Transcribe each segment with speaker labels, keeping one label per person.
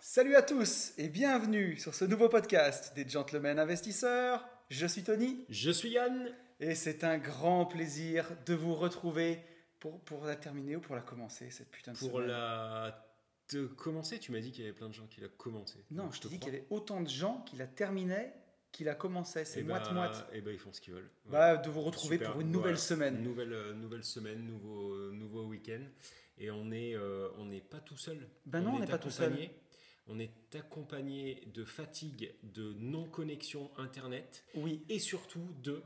Speaker 1: Salut à tous et bienvenue sur ce nouveau podcast des Gentlemen Investisseurs. Je suis Tony
Speaker 2: Je suis Yann.
Speaker 1: et c'est un grand plaisir de vous retrouver pour, pour la terminer ou pour la commencer cette putain de
Speaker 2: Pour
Speaker 1: semaine.
Speaker 2: la te commencer, tu m'as dit qu'il y avait plein de gens qui la commençaient.
Speaker 1: Non,
Speaker 2: Donc,
Speaker 1: je te dis
Speaker 2: crois.
Speaker 1: qu'il y avait autant de gens qui la terminaient qu'il la commençaient. C'est
Speaker 2: Eh bah-
Speaker 1: moite-moite.
Speaker 2: Eh ben ils font ce qu'ils veulent.
Speaker 1: Bah,
Speaker 2: Voilà.
Speaker 1: de vous retrouver
Speaker 2: Super,
Speaker 1: pour une nouvelle
Speaker 2: voilà.
Speaker 1: semaine.
Speaker 2: Nouvelle, euh, nouvelle semaine, nouveau, euh, nouveau week-end. Et on n'est on n'est pas tout seul.
Speaker 1: Bah non, on n'est pas tout seul.
Speaker 2: accompagné- On est accompagné de fatigue, de non-connexion Internet
Speaker 1: Oui.
Speaker 2: et surtout de...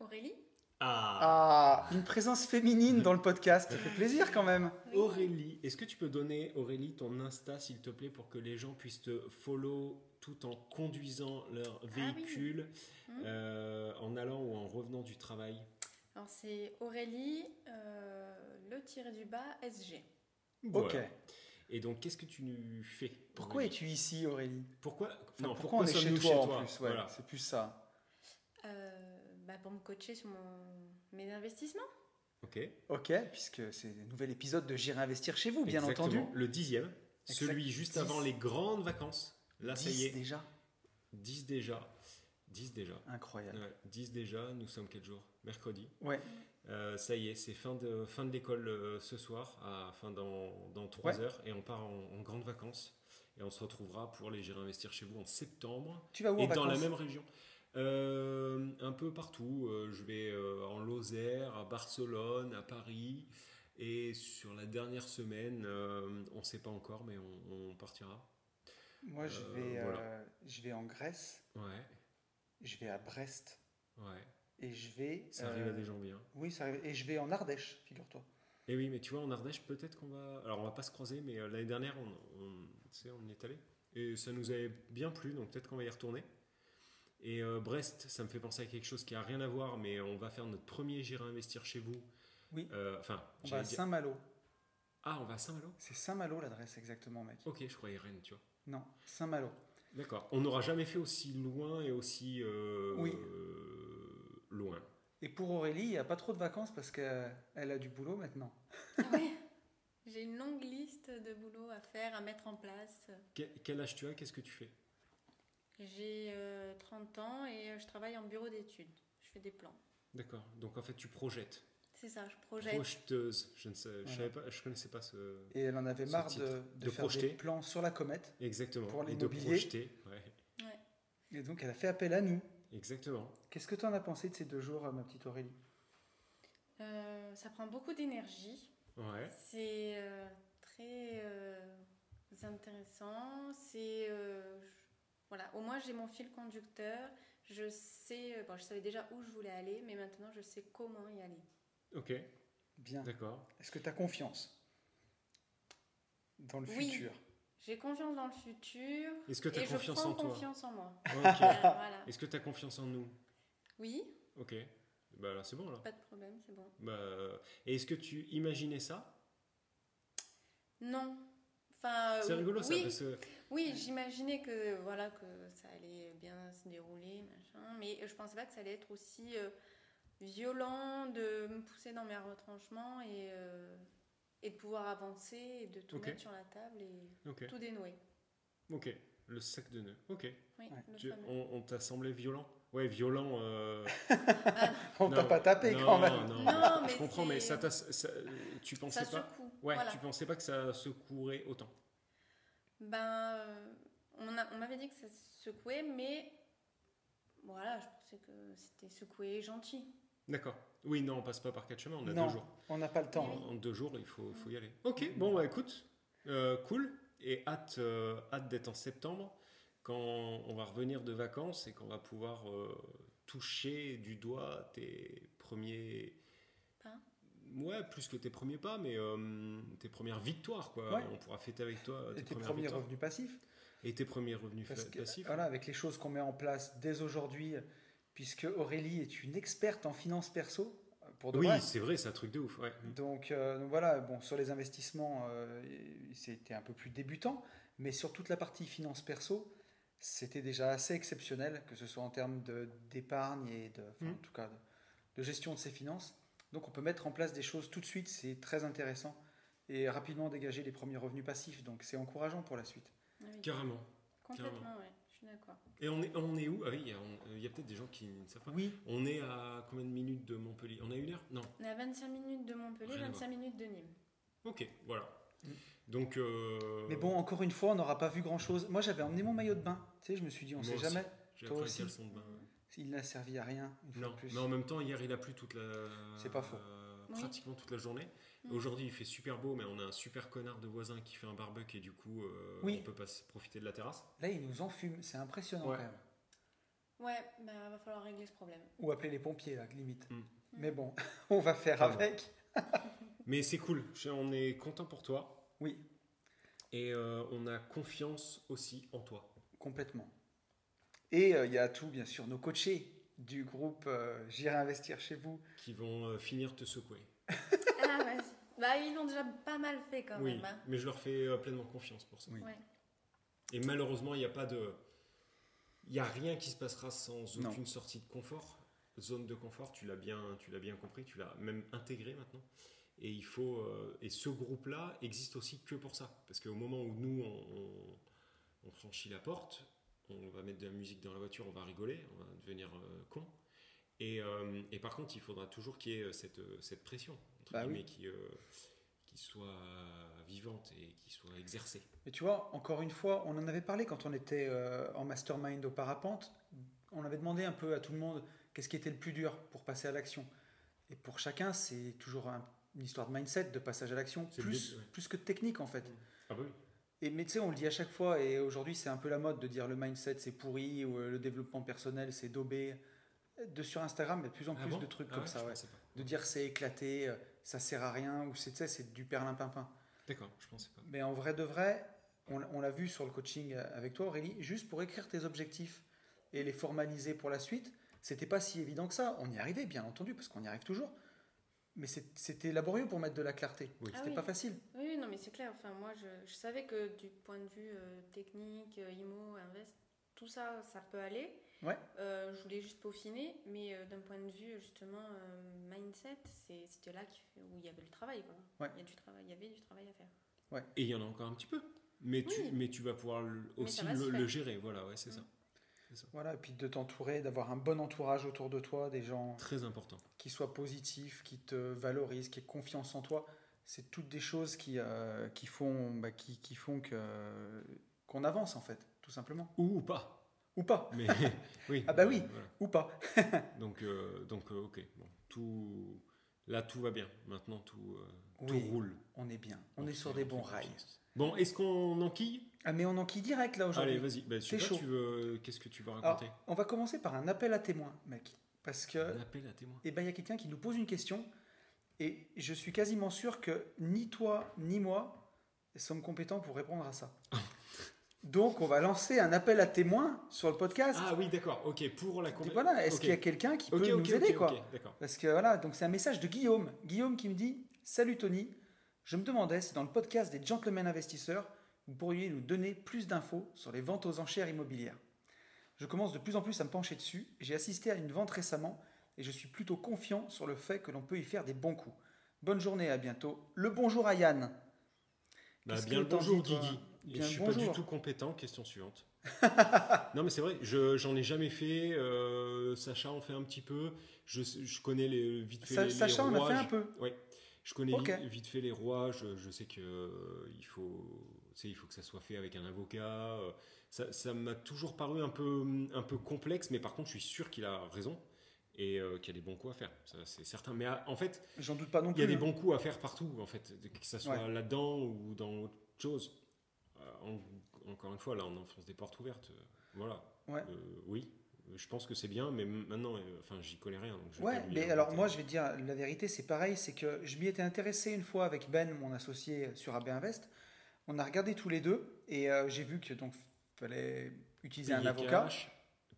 Speaker 3: Aurélie
Speaker 2: Ah,
Speaker 1: Ah, une présence féminine dans le podcast, ça fait plaisir quand même.
Speaker 2: Aurélie, est-ce que tu peux donner, Aurélie, ton Insta, s'il te plaît, pour que les gens puissent te follow tout en conduisant leur
Speaker 3: oui.
Speaker 2: véhicule,
Speaker 3: Mhm.
Speaker 2: euh, en allant ou en revenant du travail
Speaker 3: Alors c'est Aurélie, euh, le tiré du bas, SG.
Speaker 1: Ok.
Speaker 2: Voilà. Et donc, qu'est-ce que tu nous fais
Speaker 1: Pourquoi
Speaker 2: Aurélie
Speaker 1: es-tu ici, Aurélie
Speaker 2: Pourquoi,
Speaker 1: Enfin,
Speaker 2: non,
Speaker 1: pourquoi, on est chez
Speaker 2: sommes-nous
Speaker 1: toi, en plus ouais,
Speaker 2: Voilà.
Speaker 1: C'est plus ça.
Speaker 3: Euh, bah, pour me coacher sur mon- mes investissements.
Speaker 2: Ok.
Speaker 1: Ok, puisque c'est un nouvel épisode de J'irai investir chez vous, bien
Speaker 2: Exactement.
Speaker 1: entendu.
Speaker 2: Le dixième,
Speaker 1: Exact.
Speaker 2: celui juste
Speaker 1: Dix.
Speaker 2: avant les grandes vacances. Là, ça
Speaker 1: 10
Speaker 2: y est,
Speaker 1: déjà.
Speaker 2: 10 déjà. 10 déjà.
Speaker 1: Incroyable.
Speaker 2: Ouais, 10 déjà, nous sommes quel jour Mercredi.
Speaker 1: Ouais.
Speaker 2: Euh, ça y est, c'est fin de, fin de l'école euh, ce soir, à, fin dans, dans 3
Speaker 1: Ouais.
Speaker 2: heures, et on part en, en grandes vacances. Et on se retrouvera pour les J'irai investir chez vous en septembre.
Speaker 1: Tu vas où en
Speaker 2: Et dans
Speaker 1: vacances
Speaker 2: la même région. Euh, un peu partout. Euh, je vais euh, en Lozère, à Barcelone, à Paris. Et sur la dernière semaine, euh, on ne sait pas encore, mais on, on partira.
Speaker 1: Moi, je
Speaker 2: Euh,
Speaker 1: vais,
Speaker 2: voilà.
Speaker 1: euh, je vais en Grèce,
Speaker 2: Ouais,
Speaker 1: je vais à Brest
Speaker 2: ouais.
Speaker 1: et je vais.
Speaker 2: Ça arrive à
Speaker 1: euh,
Speaker 2: des gens bien.
Speaker 1: Oui, ça arrive. Et je vais en Ardèche, figure-toi.
Speaker 2: Et oui, mais tu vois, en Ardèche, peut-être qu'on va. Alors, on va pas se croiser, mais euh, l'année dernière, on, on, tu sais, on y est allé. Et ça nous avait bien plu, donc peut-être qu'on va y retourner. Et euh, Brest, ça me fait penser à quelque chose qui a rien à voir, mais on va faire notre premier J'irai investir chez vous.
Speaker 1: Oui.
Speaker 2: Euh, Enfin,
Speaker 1: On va
Speaker 2: j'allais
Speaker 1: à
Speaker 2: dire-
Speaker 1: Saint-Malo.
Speaker 2: Ah, on va à Saint-Malo
Speaker 1: C'est Saint-Malo l'adresse exactement, mec.
Speaker 2: Ok, je croyais Rennes, tu vois.
Speaker 1: Non, Saint-Malo.
Speaker 2: D'accord. On n'aura jamais fait aussi loin et aussi euh,
Speaker 1: Oui.
Speaker 2: euh, loin.
Speaker 1: Et pour Aurélie, il n'y a pas trop de vacances parce qu'elle a du boulot maintenant.
Speaker 3: Ouais. J'ai une longue liste de boulot à faire, à mettre en place.
Speaker 2: Que- quel âge tu as Qu'est-ce que tu fais
Speaker 3: J'ai euh, 30 ans et euh, je travaille en bureau d'études. Je fais des plans.
Speaker 2: D'accord. Donc en fait, tu projettes.
Speaker 3: C'est ça, je projette.
Speaker 2: Projeteuse. Je ne sais, je
Speaker 1: Voilà.
Speaker 2: savais pas, je connaissais pas ce.
Speaker 1: Et elle en avait
Speaker 2: Ce
Speaker 1: marre
Speaker 2: titre.
Speaker 1: de, de faire des
Speaker 2: De projeter.
Speaker 1: plans sur la comète.
Speaker 2: Exactement.
Speaker 1: Pour
Speaker 2: et de
Speaker 1: l'immobilier.
Speaker 2: projeter. Ouais.
Speaker 1: Et donc, elle a fait appel à nous.
Speaker 2: Exactement.
Speaker 1: Qu'est-ce que tu en as pensé de ces deux jours, euh, ma petite Aurélie
Speaker 3: Euh, ça prend beaucoup d'énergie.
Speaker 2: Ouais.
Speaker 3: C'est euh, très euh, intéressant. C'est euh, je- voilà, au moins j'ai mon fil conducteur. Je sais, euh, bon, je savais déjà où je voulais aller, mais maintenant je sais comment y aller.
Speaker 2: Ok.
Speaker 1: Bien.
Speaker 2: D'accord.
Speaker 1: Est-ce que tu as confiance dans le
Speaker 3: Oui.
Speaker 1: futur
Speaker 3: J'ai confiance dans le futur
Speaker 2: Est-ce que tu as
Speaker 3: et je
Speaker 2: confiance
Speaker 3: prends
Speaker 2: en toi
Speaker 3: confiance en moi.
Speaker 2: Ok.
Speaker 3: voilà.
Speaker 2: Est-ce que tu as confiance en nous
Speaker 3: Oui,
Speaker 2: Ok. Bah là, c'est bon alors.
Speaker 3: pas de problème, c'est bon.
Speaker 2: Bah, euh, et est-ce que tu imaginais ça
Speaker 3: Non. Enfin, euh,
Speaker 2: C'est rigolo ça
Speaker 3: oui,
Speaker 2: parce que
Speaker 3: Oui, j'imaginais que voilà que ça allait bien se dérouler, machin, mais je pensais pas que ça allait être aussi euh, violent de me pousser dans mes retranchements et, euh, et de pouvoir avancer et de tout
Speaker 2: Ok.
Speaker 3: mettre sur la table et
Speaker 2: ok
Speaker 3: tout dénouer.
Speaker 2: ok le sac de nœuds ok
Speaker 3: Oui,
Speaker 1: Ouais.
Speaker 3: le
Speaker 2: Tu-
Speaker 3: fameux.
Speaker 2: on, on t'a semblé violent Ouais, violent. euh,
Speaker 1: On
Speaker 2: non,
Speaker 1: t'a pas tapé
Speaker 2: non,
Speaker 1: quand même
Speaker 2: Non,
Speaker 3: Non,
Speaker 2: je
Speaker 3: mais
Speaker 2: comprends, mais
Speaker 3: c'est-
Speaker 2: ça t'a- ça- tu pensais
Speaker 3: ça
Speaker 2: pas.
Speaker 3: secoue.
Speaker 2: Ouais,
Speaker 3: voilà.
Speaker 2: tu pensais pas que ça secourait autant.
Speaker 3: Ben, euh, on, a- on m'avait dit que ça secouait, mais voilà, je pensais que c'était secoué gentil.
Speaker 2: D'accord. Oui, non, on passe pas par quatre chemins, on a
Speaker 1: Non,
Speaker 2: deux jours.
Speaker 1: on n'a pas le temps.
Speaker 2: En, en deux jours, il faut, faut y aller. Ok, bon, bah, écoute, euh, cool. Et hâte, euh, hâte d'être en septembre, quand on va revenir de vacances et qu'on va pouvoir euh, toucher du doigt tes premiers.
Speaker 3: Pas
Speaker 2: Ouais, plus que tes premiers pas, mais euh, tes premières victoires, quoi.
Speaker 1: Ouais.
Speaker 2: On pourra fêter avec toi euh,
Speaker 1: Et
Speaker 2: tes,
Speaker 1: tes
Speaker 2: premières
Speaker 1: premiers
Speaker 2: victoires.
Speaker 1: revenus passifs.
Speaker 2: Et tes premiers revenus
Speaker 1: Parce
Speaker 2: fa-
Speaker 1: que,
Speaker 2: passifs.
Speaker 1: voilà, avec les choses qu'on met en place dès aujourd'hui, puisque Aurélie est une experte en finances perso, pour de
Speaker 2: oui,
Speaker 1: vrai.
Speaker 2: c'est vrai, c'est un truc de ouf. Ouais.
Speaker 1: Donc, euh, donc voilà, bon, sur les investissements, euh, c'était un peu plus débutant, mais sur toute la partie finance perso, c'était déjà assez exceptionnel, que ce soit en termes de- d'épargne et de, enfin,
Speaker 2: Mhm.
Speaker 1: en tout cas de, de gestion de ses finances. Donc on peut mettre en place des choses tout de suite, c'est très intéressant, et rapidement dégager les premiers revenus passifs, donc c'est encourageant pour la suite.
Speaker 3: Ah oui,
Speaker 2: Carrément.
Speaker 3: complètement, ouais, je suis d'accord.
Speaker 2: Et on est, on est où Ah oui, il y a- on- il y a, peut-être des gens qui ne savent pas.
Speaker 1: Oui,
Speaker 2: On est à combien de minutes de Montpellier On a une heure Non.
Speaker 3: On est à 25 minutes de Montpellier,
Speaker 2: Rien à
Speaker 3: 25 minutes de Nîmes.
Speaker 2: Ok, voilà.
Speaker 1: Mm.
Speaker 2: Donc. euh,
Speaker 1: mais bon, encore une fois, on n'aura pas vu grand-chose. Moi j'avais emmené mon maillot de bain, tu sais, je me suis dit, on
Speaker 2: Moi
Speaker 1: sait
Speaker 2: aussi.
Speaker 1: jamais,
Speaker 2: j'ai
Speaker 1: toi
Speaker 2: appris un
Speaker 1: aussi.
Speaker 2: caleçon de bain.
Speaker 1: il n'a servi à rien, une fois
Speaker 2: Non,
Speaker 1: de plus.
Speaker 2: mais en même temps, hier il a plu toute la.
Speaker 1: C'est pas faux.
Speaker 2: euh,
Speaker 3: Oui.
Speaker 2: Pratiquement toute la journée.
Speaker 3: Mm.
Speaker 2: Aujourd'hui, il fait super beau, mais on a un super connard de voisin qui fait un barbecue et du coup, euh,
Speaker 1: Oui.
Speaker 2: on peut pas se- profiter de la terrasse.
Speaker 1: Là, il nous enfume, c'est impressionnant
Speaker 2: Ouais.
Speaker 1: quand même.
Speaker 3: Ouais, bah va falloir régler ce problème.
Speaker 1: Ou appeler les pompiers, là, limite.
Speaker 2: Mm.
Speaker 1: Mais bon, on va faire
Speaker 2: Clairement.
Speaker 1: avec.
Speaker 2: Mais c'est cool. Je- On est content pour toi.
Speaker 1: Oui,
Speaker 2: Et euh, on a confiance aussi en toi.
Speaker 1: complètement. Et euh, il y a tout, bien sûr, nos coachés du groupe euh, J'irai investir chez vous.
Speaker 2: Qui vont euh, finir te secouer.
Speaker 3: Ah, vas-y. Bah, ils l'ont déjà pas mal fait quand
Speaker 2: oui,
Speaker 3: même. hein.
Speaker 2: mais je leur fais euh, pleinement confiance pour ça.
Speaker 1: Oui.
Speaker 3: Ouais.
Speaker 2: Et malheureusement, il n'y a pas de. Il n'y a rien qui se passera sans
Speaker 1: Non.
Speaker 2: aucune sortie de confort. Zone de confort, tu l'as bien, tu l'as bien compris, tu l'as même intégré maintenant. Et il faut. euh, et ce groupe-là existe aussi que pour ça. Parce qu'au moment où nous, on, on- on franchit la porte, on va mettre de la musique dans la voiture, on va rigoler, on va devenir euh, con. Et, euh, et par contre, il faudra toujours qu'il y ait euh, cette, euh, cette pression, entre
Speaker 1: Bah oui.
Speaker 2: guillemets, qui, euh, qui soit vivante et qui soit exercée.
Speaker 1: Mais tu vois, encore une fois, on en avait parlé quand on était euh, en mastermind au parapente. On avait demandé un peu à tout le monde qu'est-ce qui était le plus dur pour passer à l'action. Et pour chacun, c'est toujours un- une histoire de mindset, de passage à l'action,
Speaker 2: C'est le
Speaker 1: plus,
Speaker 2: but, ouais.
Speaker 1: plus que de technique en fait.
Speaker 2: Ah bah oui.
Speaker 1: Et, mais tu sais, on le dit à chaque fois, et aujourd'hui, c'est un peu la mode de dire le mindset c'est pourri, ou euh, le développement personnel c'est daubé. De sur Instagram, il y a de
Speaker 2: Ah
Speaker 1: plus en plus de trucs comme ça, ouais. De dire c'est éclaté, euh, ça sert à rien, ou c'est tu sais, c'est du perlimpinpin.
Speaker 2: D'accord, je pensais pas.
Speaker 1: Mais en vrai de vrai, on, on l'a vu sur le coaching euh, avec toi, Aurélie, juste pour écrire tes objectifs et les formaliser pour la suite, c'était pas si évident que ça. On y arrivait, bien entendu, parce qu'on y arrive toujours. Mais c'est- c'était laborieux pour mettre de la clarté.
Speaker 2: Oui.
Speaker 3: Ah
Speaker 1: C'était
Speaker 3: oui.
Speaker 1: pas facile.
Speaker 3: Oui, oui, non, mais c'est clair. Enfin, moi, je, je savais que du point de vue euh, technique, euh, IMO, Invest, tout ça, ça peut aller.
Speaker 1: Ouais.
Speaker 3: Euh, je voulais juste peaufiner, mais euh, d'un point de vue, justement, euh, mindset, c'est- c'était là qu'il- où il y avait le travail. Quoi.
Speaker 1: Ouais.
Speaker 3: Il, y a du travail, il y avait du travail à faire.
Speaker 2: Et il y en a encore un petit peu. Mais tu,
Speaker 3: Oui.
Speaker 2: mais tu vas pouvoir le-
Speaker 3: Mais
Speaker 2: aussi
Speaker 3: ça va se
Speaker 2: le,
Speaker 3: faire.
Speaker 2: le gérer, voilà, ouais, c'est
Speaker 3: Mm.
Speaker 2: ça.
Speaker 1: Voilà, et puis de t'entourer, d'avoir un bon entourage autour de toi, des gens
Speaker 2: Très important.
Speaker 1: qui soient positifs, qui te valorisent, qui aient confiance en toi. C'est toutes des choses qui, euh, qui font, bah, qui, qui font que, qu'on avance, en fait, tout simplement.
Speaker 2: Ou, ou pas.
Speaker 1: Ou pas,
Speaker 2: Mais, oui.
Speaker 1: Ah bah oui.
Speaker 2: Voilà.
Speaker 1: ou pas.
Speaker 2: Donc, euh, donc euh, ok. Bon, tout, là, tout va bien. Maintenant, tout, euh,
Speaker 1: Oui.
Speaker 2: tout roule.
Speaker 1: On est bien, on
Speaker 2: Donc,
Speaker 1: est sur
Speaker 2: on
Speaker 1: des
Speaker 2: fait
Speaker 1: bons
Speaker 2: confiance.
Speaker 1: rails.
Speaker 2: Bon, est-ce qu'on enquille
Speaker 1: Ah, mais on enquille direct, là,
Speaker 2: Allez,
Speaker 1: aujourd'hui.
Speaker 2: vas-y. Bah, je sais
Speaker 1: C'est
Speaker 2: pas,
Speaker 1: chaud. Ah,
Speaker 2: tu veux- qu'est-ce que tu vas
Speaker 1: Alors,
Speaker 2: raconter
Speaker 1: on va commencer par un appel à témoins, mec. Parce que,
Speaker 2: Un appel à témoin.
Speaker 1: eh ben, il y a quelqu'un qui nous pose une question, et je suis quasiment sûr que ni toi, ni moi, sommes compétents pour répondre à ça. Donc, on va lancer un appel à témoins sur le podcast.
Speaker 2: Ah oui, d'accord. Ok, pour la
Speaker 1: Et
Speaker 2: conversation.
Speaker 1: voilà, est-ce qu'il y a quelqu'un qui peut nous aider, quoi
Speaker 2: D'accord.
Speaker 1: Parce que voilà, donc c'est un message de Guillaume. Guillaume qui me dit Salut Tony, je me demandais si dans le podcast des Gentlemen Investisseurs, vous pourriez nous donner plus d'infos sur les ventes aux enchères immobilières. Je commence de plus en plus à me pencher dessus. J'ai assisté à une vente récemment et je suis plutôt confiant sur le fait que l'on peut y faire des bons coups. Bonne journée, à bientôt. Le bonjour à Yann.
Speaker 2: Bah,
Speaker 1: Qu'est-ce
Speaker 2: bien
Speaker 1: que
Speaker 2: le
Speaker 1: t'en
Speaker 2: bonjour,
Speaker 1: dis, toi
Speaker 2: Guigui.
Speaker 1: euh, Bien
Speaker 2: je
Speaker 1: le
Speaker 2: suis pas
Speaker 1: bonjour.
Speaker 2: du tout compétent. Question suivante. non, mais c'est vrai, je j'en ai jamais fait. euh, Sacha en fait un petit peu. Je, je connais les, vite fait
Speaker 1: Sa-
Speaker 2: les, les
Speaker 1: Sacha, on a fait
Speaker 2: rouages.
Speaker 1: un peu.
Speaker 2: Je connais
Speaker 1: Ok.
Speaker 2: vite, vite fait les rouages. Je, je sais que euh, il faut, tu sais, il faut que ça soit fait avec un avocat. euh, Ça ça m'a toujours paru un peu, un peu complexe, mais par contre, je suis sûr qu'il a raison et euh, qu'il y a des bons coups à faire. Ça, c'est certain. Mais à- en fait,
Speaker 1: J'en doute pas non
Speaker 2: il
Speaker 1: plus.
Speaker 2: y a des
Speaker 1: hein.
Speaker 2: bons coups à faire partout, en fait, que ça soit là-dedans ou dans autre chose. Euh, en- encore une fois, là, on enfonce des portes ouvertes. Euh, Voilà.
Speaker 1: Ouais.
Speaker 2: Euh, oui, Je pense que c'est bien, mais maintenant, euh, enfin, j'y connais rien. Donc je hein, vais
Speaker 1: Ouais,
Speaker 2: pas lui
Speaker 1: mais
Speaker 2: inventer.
Speaker 1: alors moi je vais te dire la vérité, c'est pareil, c'est que je m'y étais intéressé une fois avec Ben, mon associé sur AB Invest. On a regardé tous les deux et euh, j'ai vu que donc fallait utiliser
Speaker 2: payer
Speaker 1: un avocat.
Speaker 2: cash,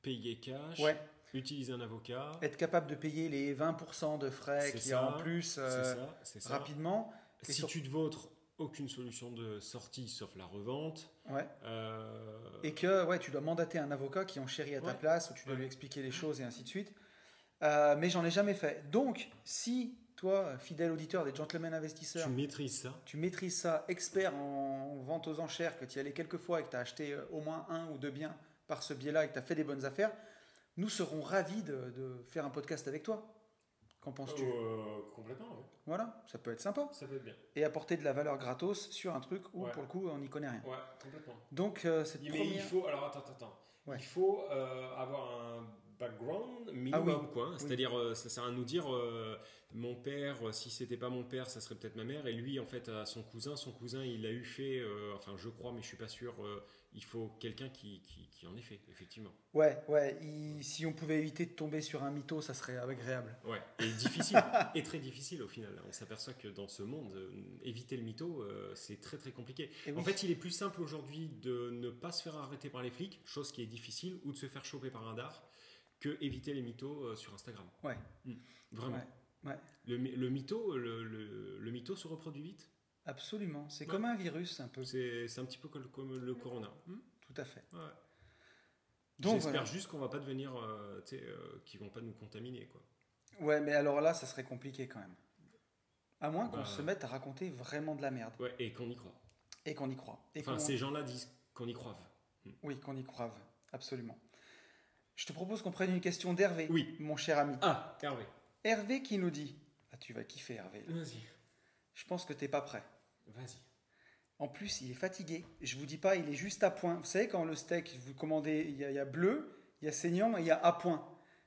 Speaker 2: payer cash,
Speaker 1: Ouais,
Speaker 2: utiliser un avocat,
Speaker 1: être capable de payer les 20% de frais
Speaker 2: C'est
Speaker 1: qu'il y a en
Speaker 2: ça,
Speaker 1: plus euh,
Speaker 2: c'est ça, c'est ça.
Speaker 1: rapidement. et
Speaker 2: Si
Speaker 1: sur-
Speaker 2: tu te vautres aucune solution de sortie sauf la revente,
Speaker 1: Ouais.
Speaker 2: euh,
Speaker 1: Et que ouais, tu dois mandater un avocat qui enchérit à ta
Speaker 2: Ouais.
Speaker 1: place, où tu dois lui expliquer les choses et ainsi de suite. Euh, mais j'en ai jamais fait. Donc, si toi, fidèle auditeur des gentlemen investisseurs,
Speaker 2: tu maîtrises ça,
Speaker 1: tu maîtrises ça, expert en vente aux enchères, que tu y allais quelques fois et que tu as acheté euh, au moins un ou deux biens par ce biais-là et que tu as fait des bonnes affaires, nous serons ravis de, de faire un podcast avec toi. Qu'en penses-tu
Speaker 2: euh, complètement, ouais.
Speaker 1: Voilà, ça peut être sympa.
Speaker 2: ça peut être bien.
Speaker 1: Et apporter de la valeur gratos sur un truc où,
Speaker 2: Ouais.
Speaker 1: pour le coup, on n'y connaît rien.
Speaker 2: Ouais, complètement.
Speaker 1: Donc, euh, cette
Speaker 2: Mais il
Speaker 1: première...
Speaker 2: faut, alors attends, attends, attends.
Speaker 1: Ouais.
Speaker 2: Il faut euh, avoir un background minimum,
Speaker 1: Ah oui.
Speaker 2: quoi. hein. C'est-à-dire, euh, ça sert à nous dire, euh, mon père, euh, si c'était pas mon père, ça serait peut-être ma mère. Et lui, en fait, a son cousin, son cousin, il a eu fait, euh, enfin, je crois, mais je suis pas sûr. euh, il faut quelqu'un qui, qui, qui en ait fait, effectivement.
Speaker 1: Ouais, ouais, il- si on pouvait éviter de tomber sur un mytho, ça serait agréable.
Speaker 2: Ouais. Et difficile, et très difficile au final. On s'aperçoit que dans ce monde, euh, éviter le mytho, euh, c'est très très compliqué.
Speaker 1: Et
Speaker 2: En
Speaker 1: oui.
Speaker 2: fait, il est plus simple aujourd'hui de ne pas se faire arrêter par les flics, chose qui est difficile, ou de se faire choper par un dard, que éviter les mythos euh, sur Instagram.
Speaker 1: Ouais.
Speaker 2: Mm. Vraiment.
Speaker 1: Ouais. Ouais.
Speaker 2: Le, my- le mytho, le, le- le mytho se reproduit vite.
Speaker 1: absolument. C'est
Speaker 2: Ouais.
Speaker 1: comme un virus, un peu.
Speaker 2: C'est c'est un petit peu comme, comme le corona. Mm.
Speaker 1: Tout à fait.
Speaker 2: Ouais.
Speaker 1: Hmm. Donc,
Speaker 2: J'espère
Speaker 1: voilà.
Speaker 2: juste qu'on va pas devenir, euh, tu sais, euh, qu'ils vont pas nous contaminer, quoi.
Speaker 1: Ouais, mais alors là, ça serait compliqué quand même. À moins qu'on
Speaker 2: Bah.
Speaker 1: se mette à raconter vraiment de la merde
Speaker 2: Ouais, et qu'on y croit.
Speaker 1: et qu'on y croit. Et
Speaker 2: Enfin,
Speaker 1: qu'on-
Speaker 2: ces gens-là disent qu'on y croit.
Speaker 1: Oui, qu'on y croive, absolument. Je te propose qu'on prenne une question d'Hervé,
Speaker 2: Oui.
Speaker 1: mon cher ami.
Speaker 2: Ah, Hervé.
Speaker 1: Hervé qui nous dit Ah, tu vas kiffer, Hervé. là.
Speaker 2: Vas-y.
Speaker 1: Je pense que t'es pas prêt.
Speaker 2: Vas-y.
Speaker 1: En plus, il est fatigué. Je vous dis pas, il est juste à point. Vous savez, quand le steak, vous commandez, il y, a- il y a bleu, il y a saignant et il y a à point.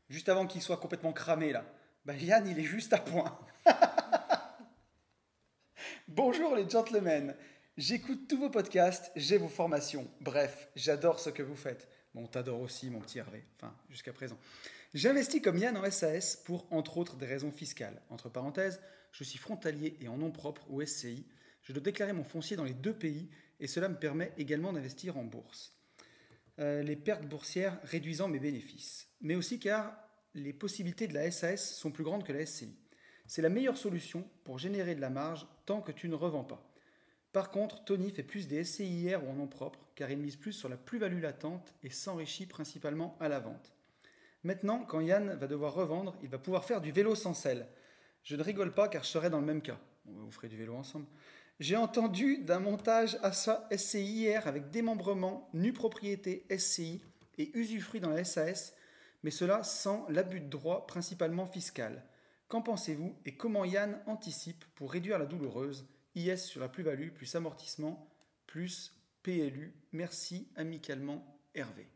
Speaker 1: Juste avant qu'il soit complètement cramé, là. Ben, Yann, il est juste à point. Bonjour les gentlemen. J'écoute tous vos podcasts, j'ai vos formations. Bref, j'adore ce que vous faites. Bon, t'adore aussi, mon petit Hervé. Enfin, jusqu'à présent. J'investis comme Yann en SAS pour, entre autres, des raisons fiscales. Entre parenthèses, je suis frontalier et en nom propre ou SCI. Je dois déclarer mon foncier dans les deux pays et cela me permet également d'investir en bourse. Euh, les pertes boursières réduisant mes bénéfices. Mais aussi car les possibilités de la SAS sont plus grandes que la SCI. C'est la meilleure solution pour générer de la marge tant que tu ne revends pas. Par contre, Tony fait plus des SCIR ou en nom propre car il mise plus sur la plus-value latente et s'enrichit principalement à la vente. Maintenant, quand Yann va devoir revendre, il va pouvoir faire du vélo sans selle. Je ne rigole pas car je serai dans le même cas. Bon, bah, Vous ferez du vélo ensemble. J'ai entendu d'un montage à sa SCIR avec démembrement, nue propriété SCI et usufruit dans la SAS, mais cela sans l'abus de droit principalement fiscal. Qu'en pensez-vous et comment Yann anticipe pour réduire la douloureuse IS sur la plus-value plus amortissement plus PLU Merci amicalement Hervé.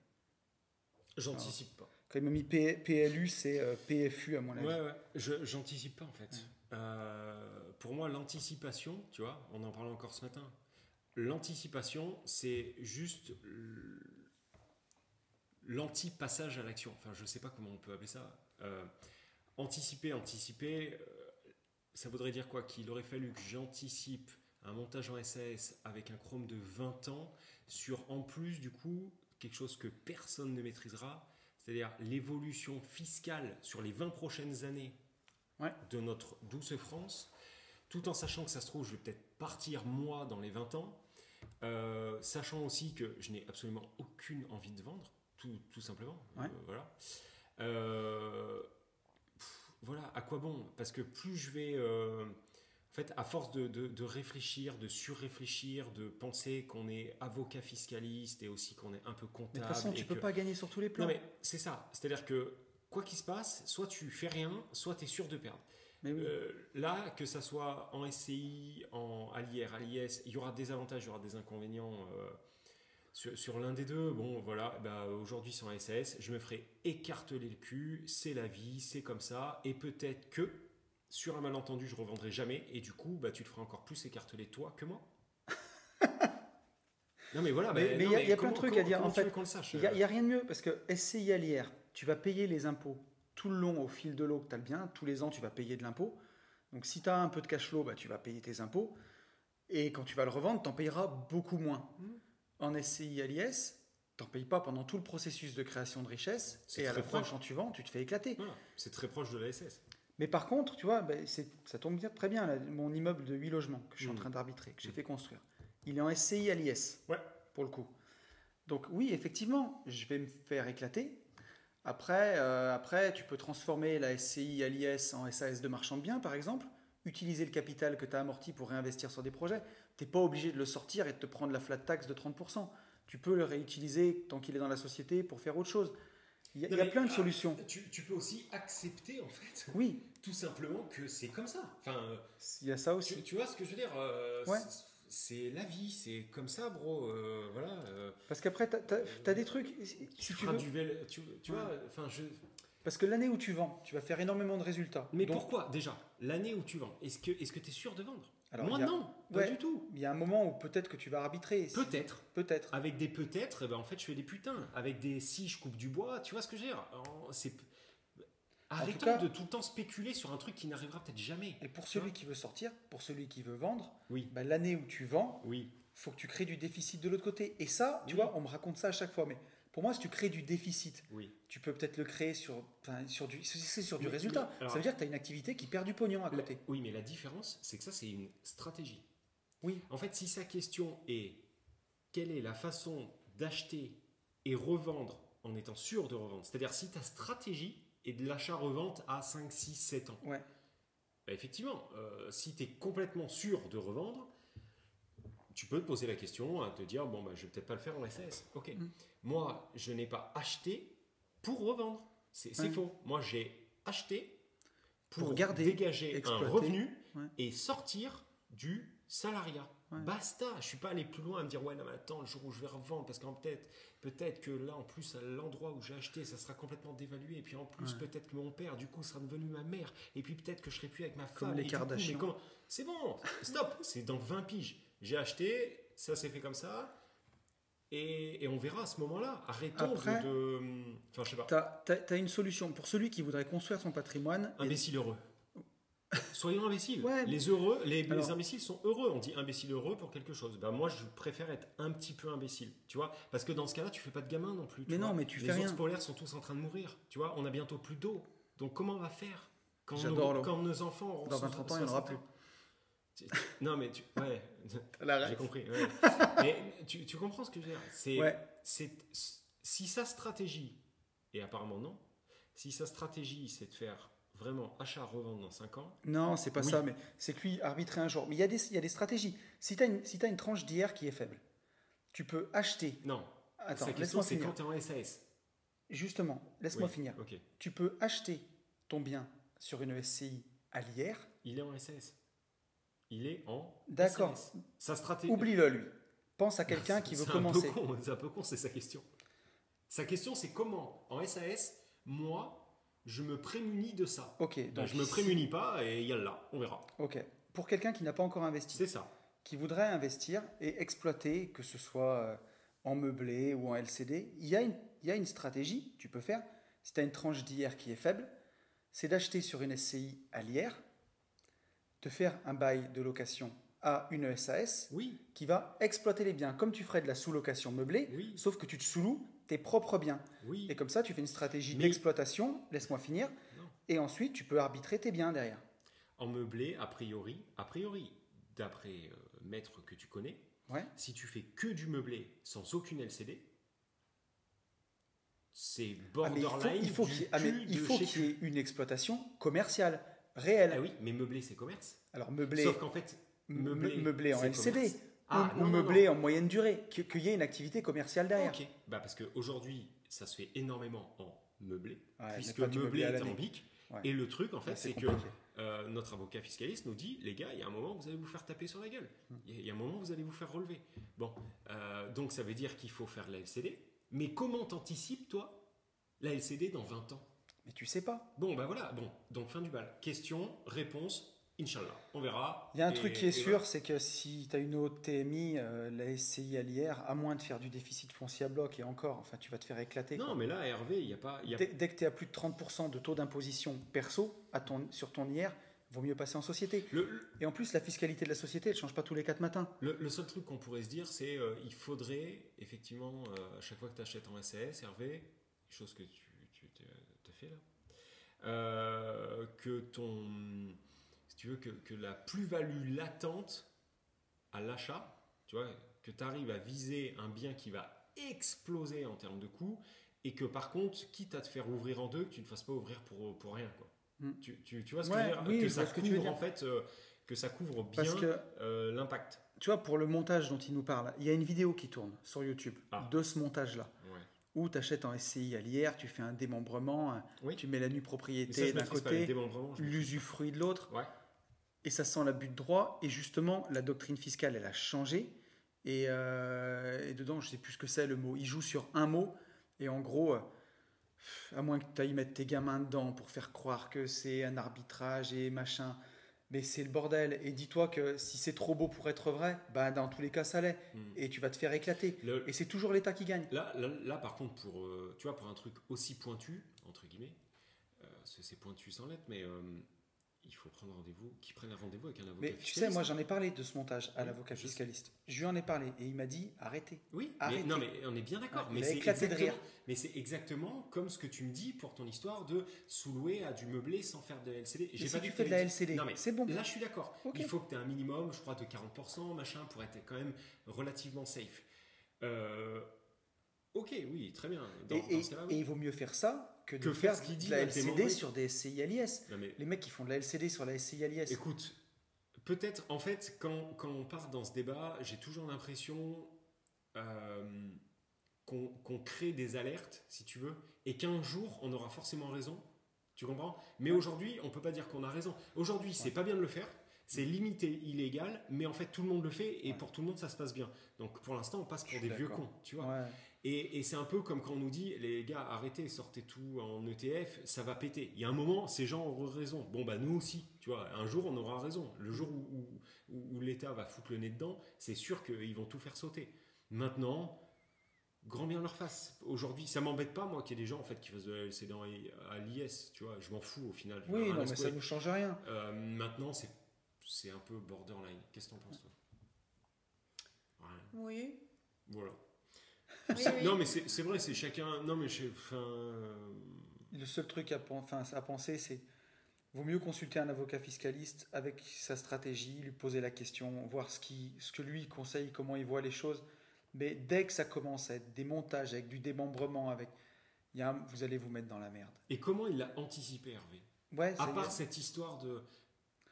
Speaker 2: J'anticipe pas.
Speaker 1: Quand il m'a mis P- PLU, c'est euh, PFU à mon avis.
Speaker 2: Ouais, ouais. Je- J'anticipe pas en fait. Euh, pour moi, l'anticipation, tu vois, on en parlait encore ce matin. L'anticipation, c'est juste l- l'anti-passage à l'action. Enfin, je sais pas comment on peut appeler ça. Euh, anticiper, anticiper, euh, ça voudrait dire quoi Qu'il aurait fallu que j'anticipe un montage en SAS avec un chrome de 20 ans sur, en plus, du coup, quelque chose que personne ne maîtrisera, c'est-à-dire l'évolution fiscale sur les 20 prochaines années
Speaker 1: Ouais.
Speaker 2: de notre douce France, tout en sachant que ça se trouve, je vais peut-être partir moi dans les 20 ans, euh, sachant aussi que je n'ai absolument aucune envie de vendre, tout, tout simplement.
Speaker 1: Ouais.
Speaker 2: Euh, voilà. Euh, pff, voilà, à quoi bon Parce que plus je vais... euh, en fait, à force de, de- de réfléchir, de surréfléchir, de penser qu'on est avocat fiscaliste et aussi qu'on est un peu comptable.
Speaker 1: Mais de toute façon, tu
Speaker 2: Ah, et
Speaker 1: peux
Speaker 2: que-
Speaker 1: pas gagner sur tous les plans.
Speaker 2: non mais c'est ça, c'est-à-dire que quoi qu'il se passe, soit tu fais rien, soit tu es sûr de perdre.
Speaker 1: Mais oui.
Speaker 2: Euh, là, que ça soit en SCI, en à l'IR, à l'IS, il y aura des avantages, il y aura des inconvénients euh, sur, sur l'un des deux. Bon, voilà, bah, aujourd'hui sans SAS, je me ferai écarteler le cul, c'est la vie, c'est comme ça, et peut-être que sur un malentendu, je revendrai jamais, et du coup, bah, tu te feras encore plus écarteler toi que moi. non mais voilà,
Speaker 1: Mais-
Speaker 2: bah,
Speaker 1: mais
Speaker 2: non,
Speaker 1: il y a- il y a plein
Speaker 2: comment-
Speaker 1: de trucs à
Speaker 2: comment-
Speaker 1: dire,
Speaker 2: comment
Speaker 1: en
Speaker 2: tu veux
Speaker 1: fait.
Speaker 2: qu'on le sache euh,
Speaker 1: Il n'y a, rien de mieux parce que SCI à l'IR, tu vas payer les impôts tout le long au fil de l'eau que tu as le bien. Tous les ans, tu vas payer de l'impôt. Donc si tu as un peu de cash flow, bah, tu vas payer tes impôts. Et quand tu vas le revendre, tu en payeras beaucoup moins.
Speaker 2: Mhm.
Speaker 1: En SCI à l'IS, tu payes pas pendant tout le processus de création de richesse.
Speaker 2: C'est
Speaker 1: Et à
Speaker 2: très
Speaker 1: la fin,
Speaker 2: proche.
Speaker 1: quand tu vends, tu te fais éclater.
Speaker 2: Voilà, c'est très proche de la SS.
Speaker 1: Mais par contre, tu vois, ben, c'est- ça tombe bien, très bien. là, mon immeuble de 8 logements que je suis en
Speaker 2: Mhm.
Speaker 1: train d'arbitrer, que j'ai
Speaker 2: Mhm.
Speaker 1: fait construire, il est en SCI à l'IS.
Speaker 2: Ouais.
Speaker 1: Pour le coup. Donc, oui, effectivement, je vais me faire éclater. Après, euh, après tu peux transformer la SCI à l'IS en SAS de marchand de biens, par exemple. Utiliser le capital que tu as amorti pour réinvestir sur des projets. Tu n'es pas obligé de le sortir et de te prendre la flat tax de 30%. Tu peux le réutiliser tant qu'il est dans la société pour faire autre chose. Il y a, il
Speaker 2: Non,
Speaker 1: y a
Speaker 2: mais,
Speaker 1: plein de
Speaker 2: ah,
Speaker 1: solutions.
Speaker 2: Tu, tu peux aussi accepter, en fait,
Speaker 1: Oui,
Speaker 2: tout simplement que c'est comme ça. Enfin, euh,
Speaker 1: il y a ça aussi.
Speaker 2: tu, tu vois ce que je veux dire euh,
Speaker 1: Ouais.
Speaker 2: c'est- C'est la vie, c'est comme ça, bro. euh, voilà. euh,
Speaker 1: Parce qu'après, t'as as, des trucs. si- si
Speaker 2: tu
Speaker 1: tu
Speaker 2: feras
Speaker 1: veux-
Speaker 2: du vel- tu, tu vois, enfin, je.
Speaker 1: Parce que l'année où tu vends, tu vas faire énormément de résultats.
Speaker 2: Mais
Speaker 1: Donc,
Speaker 2: pourquoi déjà L'année où tu vends, est-ce que est-ce que t'es sûr de vendre
Speaker 1: Alors,
Speaker 2: Moi
Speaker 1: il y a-
Speaker 2: non, pas
Speaker 1: Ouais.
Speaker 2: du tout.
Speaker 1: Il y a un moment où peut-être que tu vas arbitrer. si-
Speaker 2: Peut-être.
Speaker 1: Peut-être.
Speaker 2: Avec des peut-être, eh ben en fait je fais des putains. Avec des si je coupe du bois, tu vois ce que je veux dire En- C'est Arrêtons
Speaker 1: tout cas-
Speaker 2: de tout le temps spéculer sur un truc qui n'arrivera peut-être jamais.
Speaker 1: Et pour celui qui veut sortir, pour celui qui veut vendre,
Speaker 2: Oui.
Speaker 1: bah, l'année où tu vends,
Speaker 2: Oui.
Speaker 1: faut que tu crées du déficit de l'autre côté. Et ça, tu
Speaker 2: Oui.
Speaker 1: vois, on me raconte ça à chaque fois. Mais pour moi, si tu crées du déficit,
Speaker 2: Oui.
Speaker 1: tu peux peut-être le créer sur, enfin, sur du, si c'est sur du
Speaker 2: Mais-
Speaker 1: résultat.
Speaker 2: mais- alors-
Speaker 1: ça veut dire que tu as une activité qui perd du pognon à
Speaker 2: La-
Speaker 1: côté.
Speaker 2: oui, mais la différence, c'est que ça c'est une stratégie.
Speaker 1: Oui.
Speaker 2: En fait, si sa question est quelle est la façon d'acheter et revendre en étant sûr de revendre, c'est-à-dire si ta stratégie est de l'achat-revente à 5, 6, 7 ans,
Speaker 1: Ouais.
Speaker 2: Bah, effectivement, euh, si tu es complètement sûr de revendre, tu peux te poser la question, à te dire, bon, bah, je vais peut-être pas le faire en SAS. Ok.
Speaker 1: Mm.
Speaker 2: Moi, je n'ai pas acheté pour revendre. C'est c'est
Speaker 1: Ouais.
Speaker 2: faux. Moi, j'ai acheté pour,
Speaker 1: Pour garder,
Speaker 2: dégager
Speaker 1: exploiter.
Speaker 2: un revenu
Speaker 1: Ouais.
Speaker 2: et sortir du salariat.
Speaker 1: Ouais.
Speaker 2: Basta, je suis pas allé plus loin à me dire ouais non mais attends le jour où je vais revendre parce qu'en peut-être peut-être que là en plus à l'endroit où j'ai acheté ça sera complètement dévalué et puis en plus
Speaker 1: Ouais.
Speaker 2: peut-être que mon père du coup sera devenu ma mère et puis peut-être que je serai plus avec ma
Speaker 1: Comme
Speaker 2: femme.
Speaker 1: les
Speaker 2: et du coup, mais
Speaker 1: Kardashians.
Speaker 2: comment- C'est bon, stop, c'est dans 20 piges. J'ai acheté, ça s'est fait comme ça et, et on verra à ce moment-là. Arrêtons de-
Speaker 1: Après-
Speaker 2: de, enfin je sais pas,
Speaker 1: Tu as, une solution. Pour celui qui voudrait construire son patrimoine, et-
Speaker 2: imbécile heureux. Soyons imbéciles.
Speaker 1: Ouais.
Speaker 2: les heureux, les, les
Speaker 1: Alors-
Speaker 2: imbéciles sont heureux. On dit imbécile heureux pour quelque chose. Bah moi, je préfère être un petit peu imbécile, tu vois, parce que dans ce cas-là, tu fais pas de gamin non plus. tu
Speaker 1: Mais non,
Speaker 2: vois.
Speaker 1: mais tu
Speaker 2: les
Speaker 1: fais
Speaker 2: ours
Speaker 1: rien.
Speaker 2: polaires sont tous en train de mourir. Tu vois, on a bientôt plus d'eau. Donc comment on va faire quand,
Speaker 1: J'adore
Speaker 2: nos,
Speaker 1: l'eau.
Speaker 2: quand nos enfants auront
Speaker 1: Dans
Speaker 2: so-
Speaker 1: 20-30 ans, il y en aura
Speaker 2: 60
Speaker 1: plus.
Speaker 2: ans Tu- tu- Non mais tu, ouais,
Speaker 1: La ref.
Speaker 2: j'ai compris. ouais. mais tu, tu comprends ce que je veux dire C'est
Speaker 1: Ouais.
Speaker 2: c'est si sa stratégie, et apparemment non, si sa stratégie c'est de faire vraiment achat-revente dans 5 ans,
Speaker 1: Non, c'est pas
Speaker 2: Oui.
Speaker 1: ça, mais c'est que lui arbitrer un jour. Mais il y, a des- il y a des stratégies. Si tu as, une- si t'as une tranche d'IR qui est faible, tu peux acheter.
Speaker 2: non.
Speaker 1: Attends,
Speaker 2: Sa question
Speaker 1: laisse-moi
Speaker 2: c'est
Speaker 1: finir.
Speaker 2: quand t'es en SAS.
Speaker 1: Justement, laisse-moi
Speaker 2: Oui,
Speaker 1: finir.
Speaker 2: Ok.
Speaker 1: Tu peux acheter ton bien sur une SCI à l'IR.
Speaker 2: Il est en SAS. Il est en.
Speaker 1: D'accord.
Speaker 2: SAS. Sa stratégie.
Speaker 1: Oublie-le, lui. Pense à quelqu'un qui veut
Speaker 2: Ah, C'est
Speaker 1: commencer.
Speaker 2: Un peu con, c'est un peu con, c'est sa question. Sa question c'est comment en SAS, moi, je me prémunis de ça.
Speaker 1: Ok, donc
Speaker 2: Donc, Bah, je me prémunis pas et yallah, on verra.
Speaker 1: Ok. Pour quelqu'un qui n'a pas encore investi,
Speaker 2: C'est ça.
Speaker 1: qui voudrait investir et exploiter, que ce soit euh, en meublé ou en LCD, il y a une, il y a une stratégie que tu peux faire. Si tu as une tranche d'IR qui est faible, c'est d'acheter sur une SCI à l'IR, de faire un bail de location à une SAS
Speaker 2: Oui,
Speaker 1: qui va exploiter les biens comme tu ferais de la sous-location meublée,
Speaker 2: oui,
Speaker 1: sauf que tu te sous-loues tes propres biens.
Speaker 2: oui.
Speaker 1: Et comme ça, tu fais une stratégie
Speaker 2: Mais-
Speaker 1: d'exploitation, laisse-moi finir,
Speaker 2: Non.
Speaker 1: et ensuite tu peux arbitrer tes biens derrière.
Speaker 2: En meublé, a priori, a priori, d'après euh, maître que tu connais,
Speaker 1: Ouais.
Speaker 2: si tu fais que du meublé sans aucune LCD, c'est
Speaker 1: Ah, mais il faut-
Speaker 2: borderline.
Speaker 1: il faut
Speaker 2: du
Speaker 1: qu'il y ait- ah, mais
Speaker 2: cul
Speaker 1: il
Speaker 2: de
Speaker 1: faut
Speaker 2: chez
Speaker 1: qu'il y
Speaker 2: cul.
Speaker 1: ait une exploitation commerciale, réelle.
Speaker 2: Ah oui, mais meublé c'est commerce.
Speaker 1: Alors meublé,
Speaker 2: Sauf qu'en fait, meublé,
Speaker 1: meublé, meublé en
Speaker 2: c'est
Speaker 1: LCD,
Speaker 2: commerce. Ah,
Speaker 1: ou- ou,
Speaker 2: non, non,
Speaker 1: meublé
Speaker 2: non.
Speaker 1: en moyenne durée, que- qu'il y ait une activité commerciale derrière.
Speaker 2: Ok. Bah parce qu'aujourd'hui, ça se fait énormément en meublé,
Speaker 1: Ouais, mais
Speaker 2: puisque
Speaker 1: pas du meublé
Speaker 2: meublé
Speaker 1: à
Speaker 2: est en
Speaker 1: l'année.
Speaker 2: bic.
Speaker 1: Ouais.
Speaker 2: Et le truc, en fait,
Speaker 1: Là,
Speaker 2: c'est que
Speaker 1: compliqué.
Speaker 2: Euh, notre avocat fiscaliste nous dit les gars, il y a un moment, vous allez vous faire taper sur la gueule.
Speaker 1: Hmm.
Speaker 2: Il y a- il y a un moment, vous allez vous faire relever. Bon, euh, donc ça veut dire qu'il faut faire la LCD. Mais comment t'anticipes, toi, la LCD dans 20 ans
Speaker 1: Mais tu sais pas.
Speaker 2: Bon, bah voilà, bon, donc fin du bal. Question, réponse, Inch'Allah, on verra.
Speaker 1: Il y a un
Speaker 2: Et-
Speaker 1: truc qui est
Speaker 2: et
Speaker 1: sûr, c'est que si tu as une haute TMI, euh, la SCI à l'IR, à moins de faire du déficit foncier à bloc, et encore, enfin, tu vas te faire éclater.
Speaker 2: voilà.
Speaker 1: quoi.
Speaker 2: Non, mais là, Hervé, il n'y a pas. il Y a...
Speaker 1: Dès, dès que tu es à plus de 30% de taux d'imposition perso à ton, sur ton IR, vaut mieux passer en société.
Speaker 2: Le,
Speaker 1: Et en plus, la fiscalité de la société, elle change pas tous les 4 matins.
Speaker 2: le, le seul truc qu'on pourrait se dire, c'est euh, il faudrait, effectivement, euh, à chaque fois que tu achètes en SAS, Hervé, chose que tu, tu, tu- t'as fait là, euh, que ton. Si tu veux, que, que la plus-value latente à l'achat, tu vois, que tu arrives à viser un bien qui va exploser en termes de coût, et que par contre, quitte à te faire ouvrir en deux, que tu ne fasses pas ouvrir pour, pour rien. Quoi.
Speaker 1: Mm.
Speaker 2: Tu, tu- tu vois ce que
Speaker 1: Ouais,
Speaker 2: je veux dire
Speaker 1: oui,
Speaker 2: Que
Speaker 1: je
Speaker 2: ça
Speaker 1: vois ce que
Speaker 2: couvre
Speaker 1: tu veux
Speaker 2: en fait, euh, que ça couvre bien
Speaker 1: Parce que,
Speaker 2: euh, l'impact.
Speaker 1: tu vois, pour le montage dont il nous parle, il y a une vidéo qui tourne sur YouTube
Speaker 2: Ah.
Speaker 1: de ce montage-là,
Speaker 2: Ouais.
Speaker 1: où tu achètes en SCI à l'IR, tu fais un démembrement, un-
Speaker 2: Oui.
Speaker 1: tu mets la nue
Speaker 2: Mais ça,
Speaker 1: propriété
Speaker 2: je
Speaker 1: d'un
Speaker 2: maîtrise pas les
Speaker 1: côté,
Speaker 2: démembrements. je-
Speaker 1: l'usufruit de l'autre.
Speaker 2: Ouais.
Speaker 1: Et ça sent l'abus de droit. Et justement, la doctrine fiscale, elle a changé. Et, euh, et dedans, je sais plus ce que c'est le mot. Il joue sur un mot. Et en gros, euh, à moins que tu ailles mettre tes gamins dedans pour faire croire que c'est un arbitrage et machin. Mais c'est le bordel. Et dis-toi que si c'est trop beau pour être vrai, bah dans tous les cas, ça l'est.
Speaker 2: Mm.
Speaker 1: Et tu vas te faire éclater.
Speaker 2: Le-
Speaker 1: Et c'est toujours l'État qui gagne.
Speaker 2: là, là, là, par contre, pour, euh, tu vois, pour un truc aussi pointu, entre guillemets, euh, c'est c'est pointu sans lettre, mais euh, il faut prendre rendez-vous, qui prennent un rendez-vous avec un avocat
Speaker 1: Mais tu sais,
Speaker 2: fiscaliste. hein.
Speaker 1: moi, j'en ai parlé de ce montage à
Speaker 2: Oui,
Speaker 1: l'avocat
Speaker 2: je sais.
Speaker 1: fiscaliste. Je lui en ai parlé. Et il m'a dit arrêtez.
Speaker 2: Oui, mais,
Speaker 1: Arrêtez.
Speaker 2: non, mais on est bien d'accord.
Speaker 1: Il
Speaker 2: mais
Speaker 1: a
Speaker 2: c'est
Speaker 1: éclaté de
Speaker 2: exactement-
Speaker 1: rire.
Speaker 2: Mais c'est exactement comme ce que tu me dis pour ton histoire de sous-louer à du meublé sans faire de la LCD.
Speaker 1: Et
Speaker 2: J'ai
Speaker 1: si
Speaker 2: dit
Speaker 1: tu
Speaker 2: que
Speaker 1: fais de la
Speaker 2: t'allais-
Speaker 1: LCD,
Speaker 2: Non, mais
Speaker 1: c'est bon.
Speaker 2: Là, je suis d'accord.
Speaker 1: Ok.
Speaker 2: Il faut que tu aies un minimum, je crois, de 40%, machin, pour être quand même relativement safe. Euh, ok, oui, très bien. Dans,
Speaker 1: et,
Speaker 2: dans
Speaker 1: et-
Speaker 2: ce cas-là,
Speaker 1: et
Speaker 2: oui.
Speaker 1: il vaut mieux faire ça que de
Speaker 2: Que
Speaker 1: faire
Speaker 2: faire ce qu'il dit, euh,
Speaker 1: de la
Speaker 2: même
Speaker 1: LCD
Speaker 2: démembrer.
Speaker 1: sur des SCI à l'IS.
Speaker 2: Non, mais
Speaker 1: Les mecs qui font de la LCD sur la SCI à l'IS.
Speaker 2: écoute, peut-être, en fait, quand, quand on part dans ce débat, j'ai toujours l'impression euh, qu'on qu'on crée des alertes, si tu veux, et qu'un jour, on aura forcément raison. Tu comprends Mais aujourd'hui, on peut pas dire qu'on a raison. Aujourd'hui, c'est
Speaker 1: Ouais.
Speaker 2: pas bien de le faire. C'est limité, illégal, mais en fait, tout le monde le fait et
Speaker 1: Ouais.
Speaker 2: pour tout le monde, ça se passe bien. Donc, pour l'instant, on passe
Speaker 1: Je
Speaker 2: pour
Speaker 1: suis
Speaker 2: des vieux
Speaker 1: d'accord.
Speaker 2: cons, tu vois.
Speaker 1: Ouais.
Speaker 2: Et, et c'est un peu comme quand on nous dit, les gars, arrêtez, sortez tout en ETF, ça va péter. Il y a un moment, ces gens auront raison. Bon, bah nous aussi, tu vois, un jour on aura raison. Le jour où, où- où- où l'État va foutre le nez dedans, c'est sûr qu'ils vont tout faire sauter. Maintenant, grand bien leur face. Aujourd'hui, ça m'embête pas, moi, qu'il y ait des gens en fait, qui fassent de la LCD en- à l'IS, tu vois, je m'en fous au final. J'en ai
Speaker 1: Oui,
Speaker 2: rien à
Speaker 1: non, mais
Speaker 2: secouer.
Speaker 1: ça ne nous change rien.
Speaker 2: Euh, maintenant, c'est c'est un peu borderline. Qu'est-ce que t'en penses, toi Rien.
Speaker 3: Oui.
Speaker 2: Voilà.
Speaker 3: Oui,
Speaker 2: Ça-
Speaker 3: oui.
Speaker 2: Non, mais c'est c'est vrai, c'est chacun. Non, mais je- enfin, euh,
Speaker 1: Le seul truc à, pen- enfin, à penser, c'est vaut mieux consulter un avocat fiscaliste avec sa stratégie, lui poser la question, voir ce, qui, ce que lui conseille, comment il voit les choses. Mais dès que ça commence à être des montages avec du démembrement, avec, il y a un- vous allez vous mettre dans la merde.
Speaker 2: Et comment il l'a anticipé, Hervé
Speaker 1: Ouais,
Speaker 2: À
Speaker 1: Ah, c'est-
Speaker 2: part cette histoire de.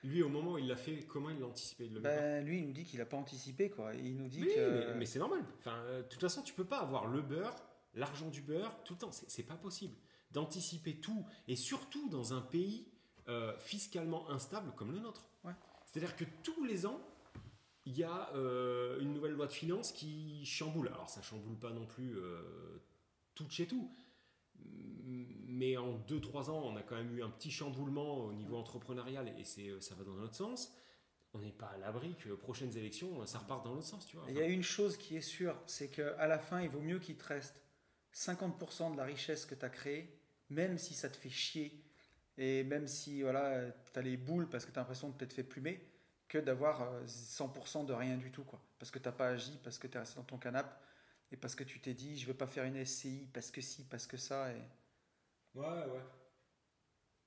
Speaker 2: Lui, au moment où il l'a fait, comment il l'a anticipé Il le met pas.
Speaker 1: Ben, lui, il nous dit qu'il n'a pas anticipé, quoi. Il nous dit
Speaker 2: Oui,
Speaker 1: que.
Speaker 2: mais, mais c'est normal. Enfin, euh, de toute façon, tu peux pas avoir le beurre, l'argent du beurre tout le temps. C'est c'est pas possible d'anticiper tout et surtout dans un pays euh, fiscalement instable comme le nôtre.
Speaker 1: Ouais.
Speaker 2: C'est-à-dire que tous les ans, il y a euh, une nouvelle loi de finances qui chamboule. Alors, ça chamboule pas non plus euh, tout de chez tout. Mais en 2-3 ans, on a quand même eu un petit chamboulement au niveau entrepreneurial et c'est euh, ça va dans notre sens. On n'est pas à l'abri que prochaines élections, euh, ça repart dans l'autre sens, tu vois.
Speaker 1: Il y a une chose qui est sûre, c'est qu'à la fin, il vaut mieux qu'il te reste 50% de la richesse que tu as créée, même si ça te fait chier, et même si voilà, tu as les boules parce que tu as l'impression de t'être fait plumer, que d'avoir euh, 100% de rien du tout. quoi. Parce que tu pas agi, parce que tu es resté dans ton canapé, et parce que tu t'es dit, je veux pas faire une SCI, parce que si, parce que ça. Et...
Speaker 2: Ouais, ouais.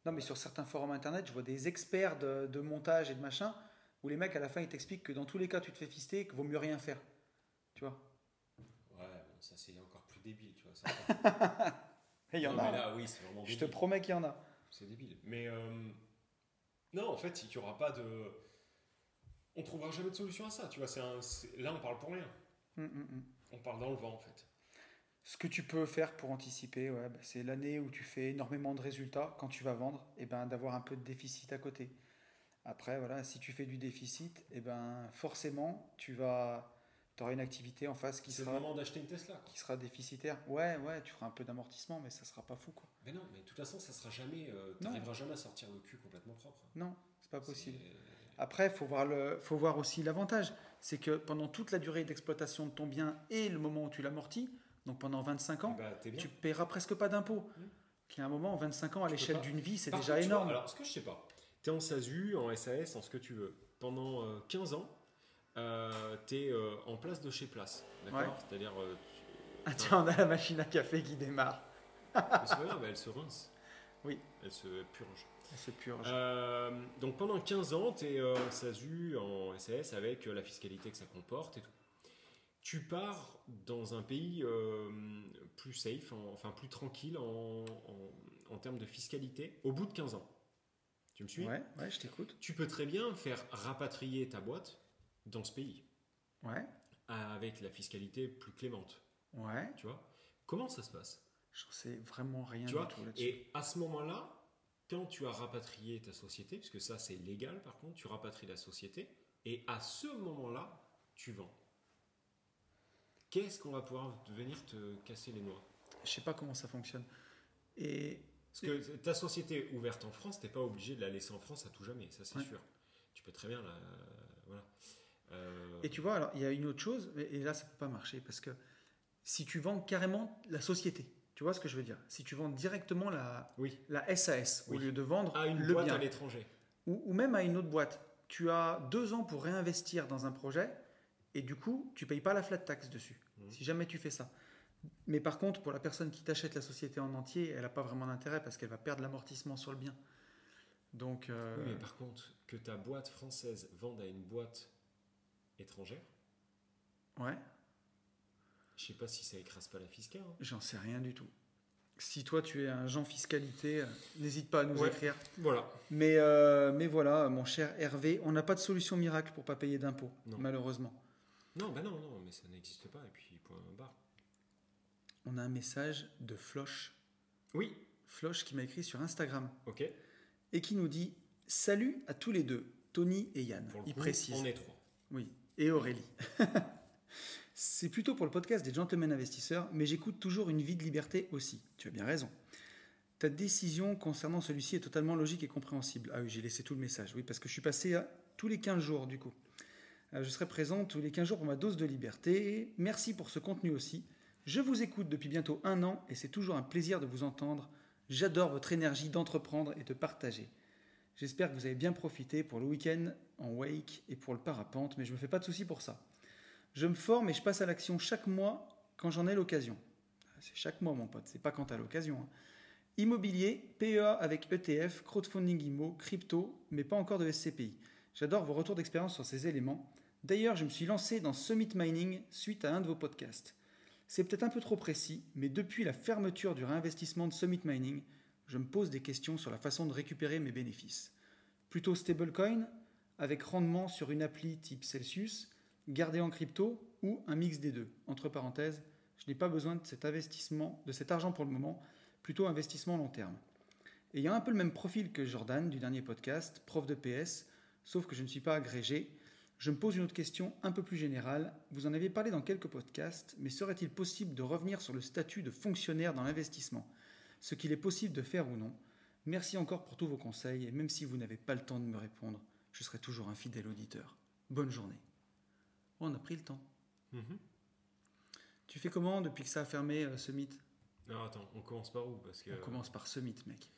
Speaker 1: Non, mais sur certains forums internet, je vois des experts de, de montage et de machin, où les mecs, à la fin, ils t'expliquent que dans tous les cas, tu te fais fister et qu'il vaut mieux rien faire. Tu vois
Speaker 2: Ouais, bon, ça c'est encore plus débile, tu vois. ça. Non,
Speaker 1: Et Il y en
Speaker 2: mais
Speaker 1: a.
Speaker 2: là, oui, c'est vraiment
Speaker 1: Je
Speaker 2: débile.
Speaker 1: te promets qu'il y en a.
Speaker 2: C'est débile. Mais euh, non, en fait, il n'y aura pas de. On trouvera jamais de solution à ça, tu vois. c'est un- c'est- Là, on parle pour rien.
Speaker 1: Hum, hum, hum.
Speaker 2: On parle dans le vent, en fait.
Speaker 1: Ce que tu peux faire pour anticiper, ouais, bah, c'est l'année où tu fais énormément de résultats quand tu vas vendre, et ben d'avoir un peu de déficit à côté. eh Après, voilà, si tu fais du déficit, et ben forcément, tu vas tu auras une activité en face qui
Speaker 2: C'est le
Speaker 1: sera,
Speaker 2: moment d'acheter une Tesla. quoi.
Speaker 1: qui sera déficitaire. Ouais, ouais, tu feras un peu d'amortissement, mais ça sera pas fou, quoi.
Speaker 2: Mais non, mais de toute façon, ça sera jamais. euh, T'arriveras jamais à sortir le cul complètement propre.
Speaker 1: Non, c'est pas possible.
Speaker 2: C'est- euh,
Speaker 1: Après, faut voir le, faut voir aussi l'avantage, c'est que pendant toute la durée d'exploitation de ton bien et le moment où tu l'amortis, donc pendant 25 ans,
Speaker 2: Bah, t'es bien.
Speaker 1: tu paieras presque pas d'impôts.
Speaker 2: Mm.
Speaker 1: Qui à un moment, en 25 ans, à
Speaker 2: Tu peux
Speaker 1: l'échelle
Speaker 2: pas.
Speaker 1: d'une vie, c'est
Speaker 2: Par
Speaker 1: déjà
Speaker 2: contre, tu vois,
Speaker 1: énorme.
Speaker 2: alors, ce que je sais pas, t'es en SASU, en SAS, en ce que tu veux. Pendant euh, 15 ans, euh, t'es euh, en place de chez place. D'accord
Speaker 1: Ouais.
Speaker 2: C'est-à-dire. euh, tu-
Speaker 1: Ah, tiens, on a la machine à café qui démarre.
Speaker 2: Mais c'est pas grave, elle se rince.
Speaker 1: Oui.
Speaker 2: Elle se purge.
Speaker 1: Elle se purge.
Speaker 2: Euh, donc pendant 15 ans, tu es en SASU, en SAS, avec euh, la fiscalité que ça comporte et tout. Tu pars dans un pays euh, plus safe, en- enfin plus tranquille en, en- en termes de fiscalité au bout de 15 ans. Tu me suis
Speaker 1: ouais, ouais, je t'écoute.
Speaker 2: Tu peux très bien faire rapatrier ta boîte dans ce pays
Speaker 1: Ouais,
Speaker 2: avec la fiscalité plus clémente,
Speaker 1: ouais.
Speaker 2: tu vois. Comment ça se passe
Speaker 1: J'en sais vraiment rien du
Speaker 2: Tu vois,
Speaker 1: tout là-dessus.
Speaker 2: Et à ce moment-là, quand tu as rapatrié ta société, puisque ça c'est légal par contre, tu rapatries la société, et à ce moment-là, tu vends. Qu'est-ce qu'on va pouvoir venir te casser les noix
Speaker 1: Je sais pas comment ça fonctionne. Et
Speaker 2: Parce que ta société ouverte en France, t'es pas obligé de la laisser en France à tout jamais, ça c'est
Speaker 1: Ouais.
Speaker 2: sûr. Tu peux très bien la. Voilà. Euh,
Speaker 1: Et tu vois, alors il y a une autre chose, et et là ça peut pas marcher parce que si tu vends carrément la société, tu vois ce que je veux dire Si tu vends directement la,
Speaker 2: Oui.
Speaker 1: la SAS au
Speaker 2: Oui.
Speaker 1: lieu de vendre
Speaker 2: À une
Speaker 1: le
Speaker 2: boîte
Speaker 1: bien,
Speaker 2: à l'étranger.
Speaker 1: ou, ou même à une autre boîte, tu as deux ans pour réinvestir dans un projet et du coup tu payes pas la flat tax dessus.
Speaker 2: Mhm.
Speaker 1: Si jamais tu fais ça. Mais par contre, pour la personne qui t'achète la société en entier, elle n'a pas vraiment d'intérêt parce qu'elle va perdre l'amortissement sur le bien. Donc, euh,
Speaker 2: Oui, mais par contre, que ta boîte française vende à une boîte étrangère,
Speaker 1: ouais.
Speaker 2: je sais pas si ça écrase pas la fiscale. hein.
Speaker 1: J'en sais rien du tout. Si toi tu es un Jean fiscalité, euh, n'hésite pas à nous
Speaker 2: Ouais.
Speaker 1: écrire.
Speaker 2: Voilà.
Speaker 1: Mais, euh, mais voilà, mon cher Hervé, on n'a pas de solution miracle pour pas payer d'impôts,
Speaker 2: Non.
Speaker 1: malheureusement.
Speaker 2: Non, bah non, non, mais ça n'existe pas, et puis point barre.
Speaker 1: On a un message de Floche.
Speaker 2: Oui,
Speaker 1: Floche qui m'a écrit sur Instagram
Speaker 2: ok.
Speaker 1: et qui nous dit Salut à tous les deux, Tony et Yann.
Speaker 2: Pour le
Speaker 1: Il
Speaker 2: coup,
Speaker 1: précise.
Speaker 2: On est trois.
Speaker 1: Oui, et Aurélie. C'est plutôt pour le podcast des gentlemen investisseurs, mais j'écoute toujours une vie de liberté aussi. Tu as bien raison. Ta décision concernant celui-ci est totalement logique et compréhensible. Ah oui, j'ai laissé tout le message. Oui, parce que je suis passé à tous les 15 jours du coup. Euh, Je serai présent tous les 15 jours pour ma dose de liberté. Merci pour ce contenu aussi. Je vous écoute depuis bientôt un an et c'est toujours un plaisir de vous entendre. J'adore votre énergie d'entreprendre et de partager. J'espère que vous avez bien profité pour le week-end en wake et pour le parapente, mais je me fais pas de soucis pour ça. Je me forme et je passe à l'action chaque mois quand j'en ai l'occasion. C'est chaque mois, mon pote, c'est pas quand t'as l'occasion. hein. Immobilier, PEA avec ETF, crowdfunding IMO, crypto, mais pas encore de SCPI. J'adore vos retours d'expérience sur ces éléments. D'ailleurs, je me suis lancé dans Summit Mining suite à un de vos podcasts. C'est peut-être un peu trop précis, mais depuis la fermeture du réinvestissement de Summit Mining, je me pose des questions sur la façon de récupérer mes bénéfices. Plutôt stablecoin, avec rendement sur une appli type Celsius, gardé en crypto ou un mix des deux. Entre parenthèses, je n'ai pas besoin de cet investissement, de cet argent pour le moment, plutôt investissement long terme. Ayant un peu le même profil que Jordan du dernier podcast, prof de PS, sauf que je ne suis pas agrégé, je me pose une autre question un peu plus générale. Vous en aviez parlé dans quelques podcasts, mais serait-il possible de revenir sur le statut de fonctionnaire dans l'investissement Ce qu'il est possible de faire ou non Merci encore pour tous vos conseils, et même si vous n'avez pas le temps de me répondre, je serai toujours un fidèle auditeur. Bonne journée. Oh, on a pris le temps.
Speaker 2: Mhm.
Speaker 1: Tu fais comment depuis que ça a fermé euh, ce mythe
Speaker 2: Alors attends, on commence par où Parce que
Speaker 1: On commence par ce mythe, mec.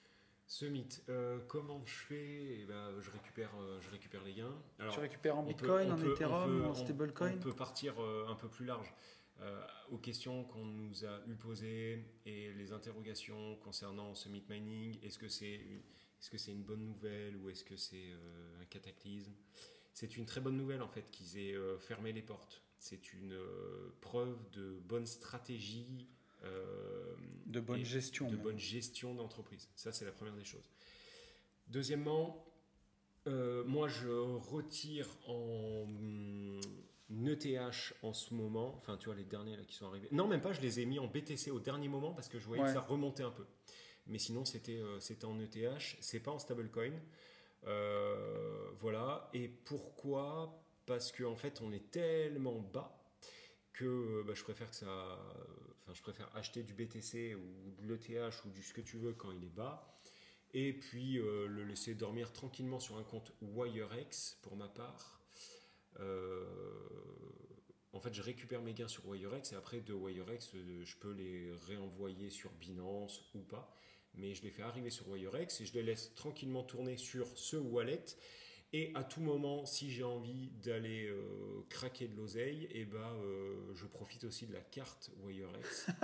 Speaker 2: ce mythe. euh, comment je fais Eh ben, je récupère, euh, je récupère les gains. Alors,
Speaker 1: tu récupères en
Speaker 2: on peut-
Speaker 1: bitcoin,
Speaker 2: on
Speaker 1: en
Speaker 2: peut- on
Speaker 1: ethereum,
Speaker 2: peut-
Speaker 1: en
Speaker 2: on-
Speaker 1: stablecoin
Speaker 2: On peut partir euh, un peu plus large. Euh, aux questions qu'on nous a eu posées et les interrogations concernant ce mythe mining, est-ce que c'est une, est-ce que c'est une bonne nouvelle ou est-ce que c'est euh, un cataclysme C'est une très bonne nouvelle en fait qu'ils aient euh, fermé les portes. C'est une euh, preuve de bonne stratégie, euh,
Speaker 1: De bonne
Speaker 2: et-
Speaker 1: gestion.
Speaker 2: de
Speaker 1: même.
Speaker 2: bonne gestion d'entreprise. Ça, c'est la première des choses. Deuxièmement, euh, moi, je retire en hum, ETH en ce moment. Enfin, tu vois, les derniers là, qui sont arrivés. Non, même pas, je les ai mis en BTC au dernier moment parce que je voyais
Speaker 1: Ouais.
Speaker 2: que ça remontait un peu. Mais sinon, c'était euh, c'était en ETH. C'est pas en stablecoin. Euh, voilà. Et pourquoi Parce qu'en en fait, on est tellement bas que bah, je préfère que ça, enfin je préfère acheter du BTC ou de l'ETH ou du ce que tu veux quand il est bas, et puis euh, le laisser dormir tranquillement sur un compte WireX pour ma part. Euh, en fait, je récupère mes gains sur WireX et après de WireX, euh, je peux les réenvoyer sur Binance ou pas. Mais je les fais arriver sur WireX et je les laisse tranquillement tourner sur ce wallet. Et à tout moment, si j'ai envie d'aller euh, craquer de l'oseille, et ben euh, je profite aussi de la carte WireX. Non,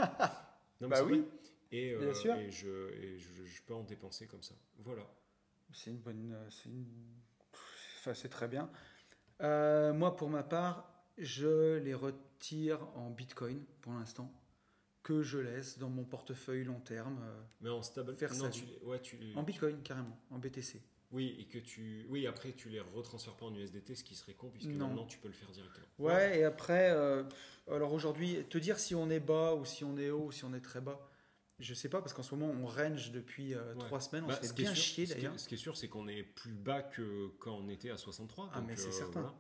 Speaker 2: mais
Speaker 1: Bah
Speaker 2: c'est
Speaker 1: oui.
Speaker 2: vrai. Et, euh,
Speaker 1: Bien sûr.
Speaker 2: et je, et je- je peux en dépenser comme ça. Voilà.
Speaker 1: C'est une bonne. euh, C'est une- Enfin, c'est très bien. Euh, moi, pour ma part, je les retire en bitcoin pour l'instant, que je laisse dans mon portefeuille long terme. euh,
Speaker 2: Mais en stable.
Speaker 1: Faire
Speaker 2: non,
Speaker 1: sa
Speaker 2: tu,
Speaker 1: vie.
Speaker 2: ouais, tu-
Speaker 1: en bitcoin, carrément, en BTC.
Speaker 2: Oui, et que tu. Oui, après, tu les retransfères pas en USDT, ce qui serait con, puisque
Speaker 1: Non.
Speaker 2: maintenant, tu peux le faire directement.
Speaker 1: Ouais, et après, euh, pff, alors aujourd'hui, te dire si on est bas ou si on est haut ou si on est très bas, je sais pas, parce qu'en ce moment, on range depuis euh,
Speaker 2: Ouais.
Speaker 1: trois semaines, on
Speaker 2: Bah,
Speaker 1: se fait
Speaker 2: qui est
Speaker 1: bien
Speaker 2: sûr-
Speaker 1: chier
Speaker 2: ce qui est-
Speaker 1: d'ailleurs.
Speaker 2: Ce qui est sûr, c'est qu'on est plus bas que quand on était à 63.
Speaker 1: Ah,
Speaker 2: donc,
Speaker 1: mais c'est
Speaker 2: euh,
Speaker 1: certain.
Speaker 2: voilà.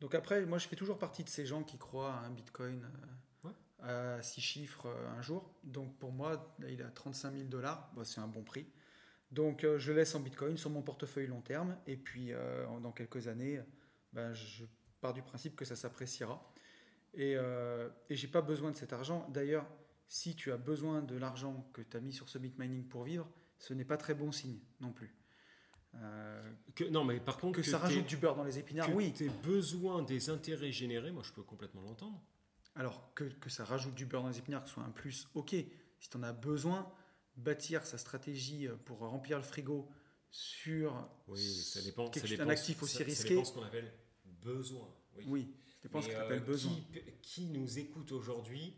Speaker 1: Donc après, moi, je fais toujours partie de ces gens qui croient à un bitcoin euh,
Speaker 2: Ouais.
Speaker 1: à six chiffres euh, un jour. Donc pour moi, là, il a 35 000 dollars, Bah, c'est un bon prix. Donc euh, je laisse en bitcoin sur mon portefeuille long terme, et puis euh, en- dans quelques années, ben, je pars du principe que ça s'appréciera. Et, euh, et j'ai pas besoin de cet argent. D'ailleurs, si tu as besoin de l'argent que tu as mis sur ce bitmining pour vivre, ce n'est pas très bon signe non plus. Euh,
Speaker 2: Que- non, mais par contre,
Speaker 1: que, ça
Speaker 2: t'aies-
Speaker 1: rajoute du beurre dans les épinards,
Speaker 2: que
Speaker 1: oui.
Speaker 2: t'aies besoin des intérêts générés, moi, je peux complètement l'entendre.
Speaker 1: Alors que, que ça rajoute du beurre dans les épinards, que ce soit un plus, ok. Si tu en as besoin, bâtir sa stratégie euh, pour remplir le frigo sur
Speaker 2: Oui, ça dépend.
Speaker 1: quelque
Speaker 2: ça
Speaker 1: chose-
Speaker 2: dépend-
Speaker 1: un actif aussi
Speaker 2: ça- ça
Speaker 1: risqué,
Speaker 2: dépend ce qu'on appelle besoin. Oui.
Speaker 1: oui, je pense
Speaker 2: Mais,
Speaker 1: que tu
Speaker 2: euh,
Speaker 1: appelles besoin.
Speaker 2: Qui, p- qui nous écoute aujourd'hui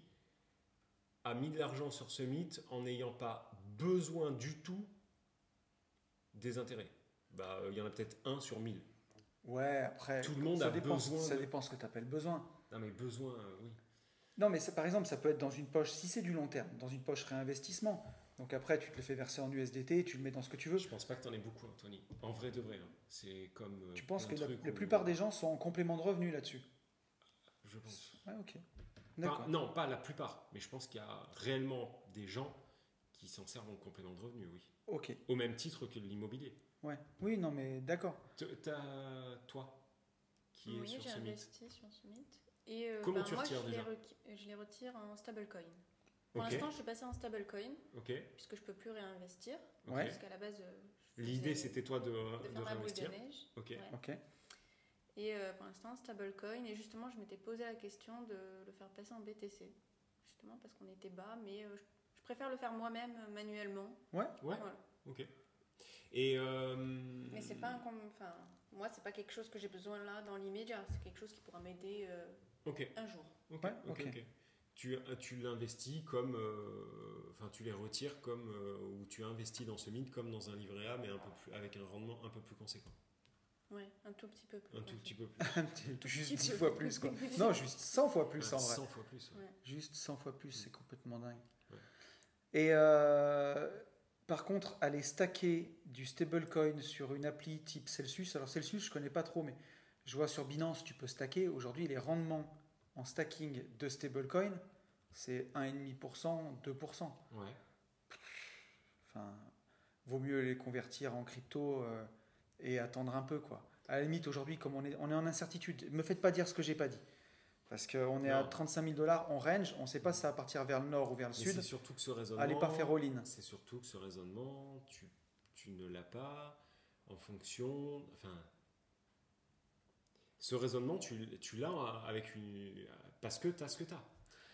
Speaker 2: a mis de l'argent sur ce mythe en n'ayant pas besoin du tout des intérêts Bah, euh, il y en a peut-être un sur mille.
Speaker 1: Ouais, après,
Speaker 2: Tout le monde
Speaker 1: ça
Speaker 2: a
Speaker 1: dépend,
Speaker 2: besoin
Speaker 1: Ça
Speaker 2: de-
Speaker 1: dépend ce que tu appelles besoin.
Speaker 2: Non, mais besoin, euh, oui.
Speaker 1: Non, mais ça, par exemple, ça peut être dans une poche, si c'est du long terme, dans une poche réinvestissement. Donc après, tu te le fais verser en USDT, tu le mets dans ce que tu veux.
Speaker 2: Je pense pas que t'en aies beaucoup, Anthony. En vrai de vrai, hein. c'est comme. euh,
Speaker 1: Tu penses
Speaker 2: plein
Speaker 1: que
Speaker 2: de
Speaker 1: la,
Speaker 2: trucs
Speaker 1: la
Speaker 2: où-
Speaker 1: plupart des gens sont en complément de revenu là-dessus
Speaker 2: Je pense.
Speaker 1: Ouais, ok.
Speaker 2: Pas-
Speaker 1: D'accord.
Speaker 2: non, pas la plupart, mais je pense qu'il y a réellement des gens qui s'en servent en complément de revenu, oui.
Speaker 1: Ok.
Speaker 2: Au même titre que l'immobilier.
Speaker 1: Ouais. Oui, non, mais d'accord.
Speaker 2: Te- t'as- toi, qui est
Speaker 3: Oui,
Speaker 2: sur
Speaker 3: j'ai
Speaker 2: ce mythe.
Speaker 3: investi sur ce mythe. Et euh,
Speaker 2: Comment
Speaker 3: ben,
Speaker 2: tu
Speaker 3: moi,
Speaker 2: retires
Speaker 3: je les,
Speaker 2: déjà
Speaker 3: rec- je les retire en stablecoin. Pour
Speaker 2: Ok,
Speaker 3: l'instant, je suis passée en stablecoin
Speaker 2: ok.
Speaker 3: puisque je peux plus réinvestir.
Speaker 2: ok.
Speaker 1: Ouais.
Speaker 3: Parce qu'à la base, euh, je
Speaker 2: L'idée,
Speaker 3: faisais-
Speaker 2: c'était toi de,
Speaker 3: de
Speaker 2: de
Speaker 3: faire ma boule de
Speaker 2: réinvestir.
Speaker 3: neige.
Speaker 2: Ok.
Speaker 3: Ouais.
Speaker 1: Ok.
Speaker 3: Et euh, pour l'instant, stablecoin. Et justement, je m'étais posé la question de le faire passer en BTC. Justement, parce qu'on était bas, mais euh, je, je préfère le faire moi-même euh, manuellement.
Speaker 2: Ouais,
Speaker 3: Voilà.
Speaker 2: ok. Et. euh,
Speaker 3: Mais c'est pas un. com- Enfin, moi, c'est pas quelque chose que j'ai besoin là dans l'immédiat. C'est quelque chose qui pourra m'aider euh,
Speaker 2: Ok,
Speaker 3: un jour.
Speaker 2: ok,
Speaker 1: Ouais,
Speaker 2: ok,
Speaker 1: ok.
Speaker 2: ok. Tu, euh, tu l'investis comme. euh, Enfin, tu les retires comme. euh, ou tu investis dans ce mythe comme dans un livret A, mais un peu plus, avec un rendement un peu plus conséquent.
Speaker 3: Ouais, un tout petit peu plus.
Speaker 2: Un tout
Speaker 3: comme ça.
Speaker 2: petit peu plus.
Speaker 1: Un petit- juste
Speaker 3: petit
Speaker 1: 10
Speaker 3: peu.
Speaker 1: fois plus, quoi. Non, juste 100 fois plus,
Speaker 2: Ouais,
Speaker 1: en vrai.
Speaker 2: 100 fois plus. ouais.
Speaker 1: Juste 100 fois plus, c'est complètement dingue.
Speaker 2: Ouais.
Speaker 1: Et euh, par contre, aller stacker du stablecoin sur une appli type Celsius, alors Celsius, je connais pas trop, mais je vois sur Binance, tu peux stacker. Aujourd'hui, les rendements en stacking de stablecoin, c'est 1,5%, 2%.
Speaker 2: Ouais.
Speaker 1: Enfin, vaut mieux les convertir en crypto euh, et attendre un peu, quoi. À la limite, aujourd'hui, comme on est, on est en incertitude, me faites pas dire ce que j'ai pas dit. Parce qu'on est à
Speaker 2: Non.
Speaker 1: 35 000 dollars, on range, on ne sait pas si ça va partir vers le nord ou vers le
Speaker 2: Mais
Speaker 1: sud.
Speaker 2: c'est surtout que ce raisonnement.
Speaker 1: Allez pas faire all-in.
Speaker 2: C'est surtout que ce raisonnement, tu, tu ne l'as pas en fonction. Enfin. Ce raisonnement, tu, tu l'as avec une. Parce que tu as ce que tu as.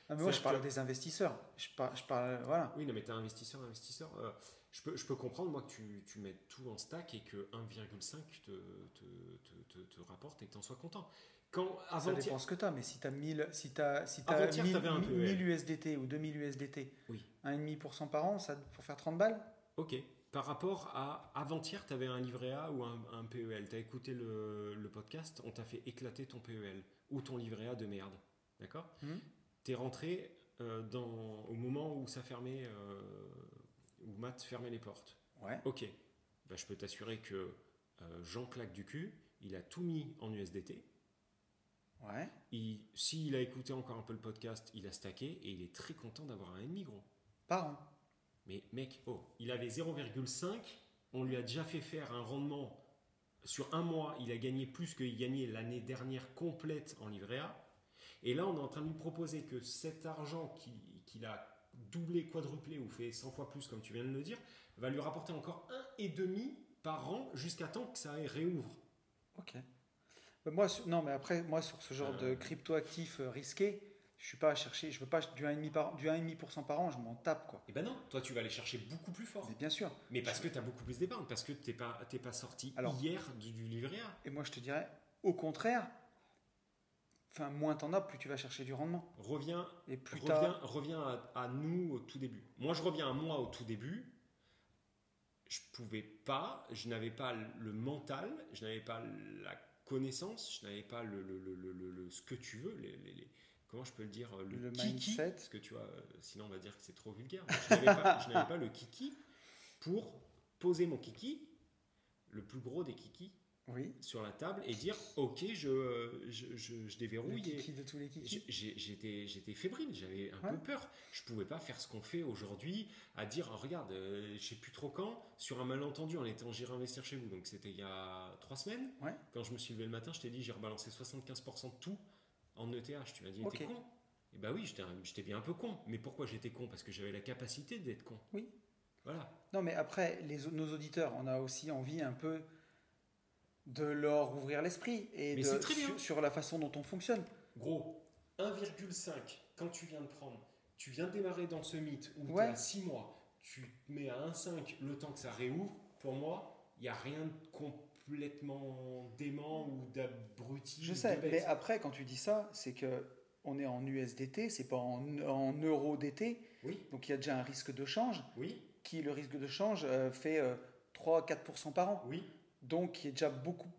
Speaker 1: Ah, mais moi, je
Speaker 2: c'est-à-dire
Speaker 1: parle
Speaker 2: que-
Speaker 1: des investisseurs. Je, par- je parle, voilà.
Speaker 2: Oui, non, mais tu investisseur, investisseur. euh, je, peux, je peux comprendre, moi, que tu, tu mettes tout en stack et que 1,5 te, te, te, te, te rapporte et que tu en sois content. Quand
Speaker 1: Ça
Speaker 2: avant
Speaker 1: dépend ce que tu as, mais si tu as 1000, si t'as, si t'as
Speaker 2: Avant-hier,
Speaker 1: 1000,
Speaker 2: t'avais un peu,
Speaker 1: 1000 USDT ou 2000 USDT,
Speaker 2: Oui.
Speaker 1: 1,5% par an, ça, pour faire 30 balles
Speaker 2: Ok. Par rapport à avant-hier, tu avais un livret A ou un, un PEL. Tu as écouté le, le podcast, on t'a fait éclater ton PEL ou ton livret A de merde. D'accord
Speaker 1: Mhm.
Speaker 2: Tu es rentré euh, dans, au moment où ça fermait, euh, où Matt fermait les portes.
Speaker 1: Ouais.
Speaker 2: Ok. Bah, je peux t'assurer que euh, Jean claque du cul, il a tout mis en USDT.
Speaker 1: Ouais.
Speaker 2: Il- S'il a écouté encore un peu le podcast, il a stacké et il est très content d'avoir un ennemi gros.
Speaker 1: Par an.
Speaker 2: Mais mec, oh, il avait 0,5, on lui a déjà fait faire un rendement sur un mois, il a gagné plus qu'il gagnait l'année dernière complète en livret A. Et là, on est en train de lui proposer que cet argent qui- qu'il a doublé, quadruplé ou fait 100 fois plus, comme tu viens de le dire, va lui rapporter encore un et demi par an jusqu'à temps que ça réouvre.
Speaker 1: Ok. Bah, Moi, sur- non, mais après, moi, sur ce genre de
Speaker 2: Euh.
Speaker 1: crypto-actif euh, risqué, je suis pas à chercher, je veux pas du 1,5% par, du 1,5% par an, je m'en tape, quoi.
Speaker 2: Et ben non, toi tu vas aller chercher beaucoup plus fort.
Speaker 1: Mais bien sûr.
Speaker 2: Mais parce que tu as beaucoup plus d'épargne, parce que t'es pas, t'es pas sorti
Speaker 1: Alors-
Speaker 2: hier du, du livret A.
Speaker 1: Et moi, je te dirais, au contraire, enfin, moins t'en as, plus tu vas chercher du rendement.
Speaker 2: Reviens
Speaker 1: Et plus
Speaker 2: reviens,
Speaker 1: t'as.
Speaker 2: reviens à, à nous au tout début. Moi, je reviens à moi au tout début. Je pouvais pas, je n'avais pas le mental, je n'avais pas la connaissance, je n'avais pas le, le- le- le- le- le- ce que tu veux, les, les- les- comment je peux le dire, euh, le,
Speaker 1: Le
Speaker 2: kiki,
Speaker 1: mindset.
Speaker 2: parce que tu vois, euh, sinon on va dire que c'est trop vulgaire. Je n'avais pas, je n'avais pas le kiki pour poser mon kiki, le plus gros des kikis,
Speaker 1: Oui.
Speaker 2: sur la table et dire, ok, je, euh, je, je- je
Speaker 1: Le
Speaker 2: déverrouille. et-
Speaker 1: kiki de tous les
Speaker 2: J-
Speaker 1: kikis.
Speaker 2: j'ai- J'étais j'étais fébrile, j'avais un
Speaker 1: Ouais.
Speaker 2: peu peur. Je pouvais pas faire ce qu'on fait aujourd'hui, à dire oh, regarde, euh, je sais plus trop quand, sur un malentendu en étant j'irai investir chez vous. Donc c'était il y a trois semaines.
Speaker 1: Ouais.
Speaker 2: Quand je me suis levé le matin, je t'ai dit j'ai rebalancé 75% de tout en ETH. Tu m'as dit
Speaker 1: Ok.
Speaker 2: t'es con. Et bah oui, j'étais un- j'étais bien un peu con. Mais pourquoi j'étais con Parce que j'avais la capacité d'être con.
Speaker 1: Oui.
Speaker 2: Voilà.
Speaker 1: Non, mais après, les, au- nos auditeurs, on a aussi envie un peu de leur ouvrir l'esprit et
Speaker 2: Mais
Speaker 1: de-
Speaker 2: c'est très bien.
Speaker 1: sur, sur la façon dont on fonctionne.
Speaker 2: Gros, 1,5 quand tu viens de prendre, tu viens de démarrer dans ce mythe où
Speaker 1: Ouais.
Speaker 2: tu as 6 mois, tu te mets à 1,5 le temps que ça réouvre, pour moi, il n'y a rien de complètement dément ou d'abruti.
Speaker 1: Je
Speaker 2: ou
Speaker 1: sais,
Speaker 2: de bête.
Speaker 1: mais après, quand tu dis ça, c'est que on est en USDT, c'est pas en, en euro DT,
Speaker 2: Oui,
Speaker 1: donc il y a déjà un risque de change,
Speaker 2: oui,
Speaker 1: qui le risque de change euh, fait euh, 3-4% par an,
Speaker 2: oui,
Speaker 1: donc qui est déjà beaucoup,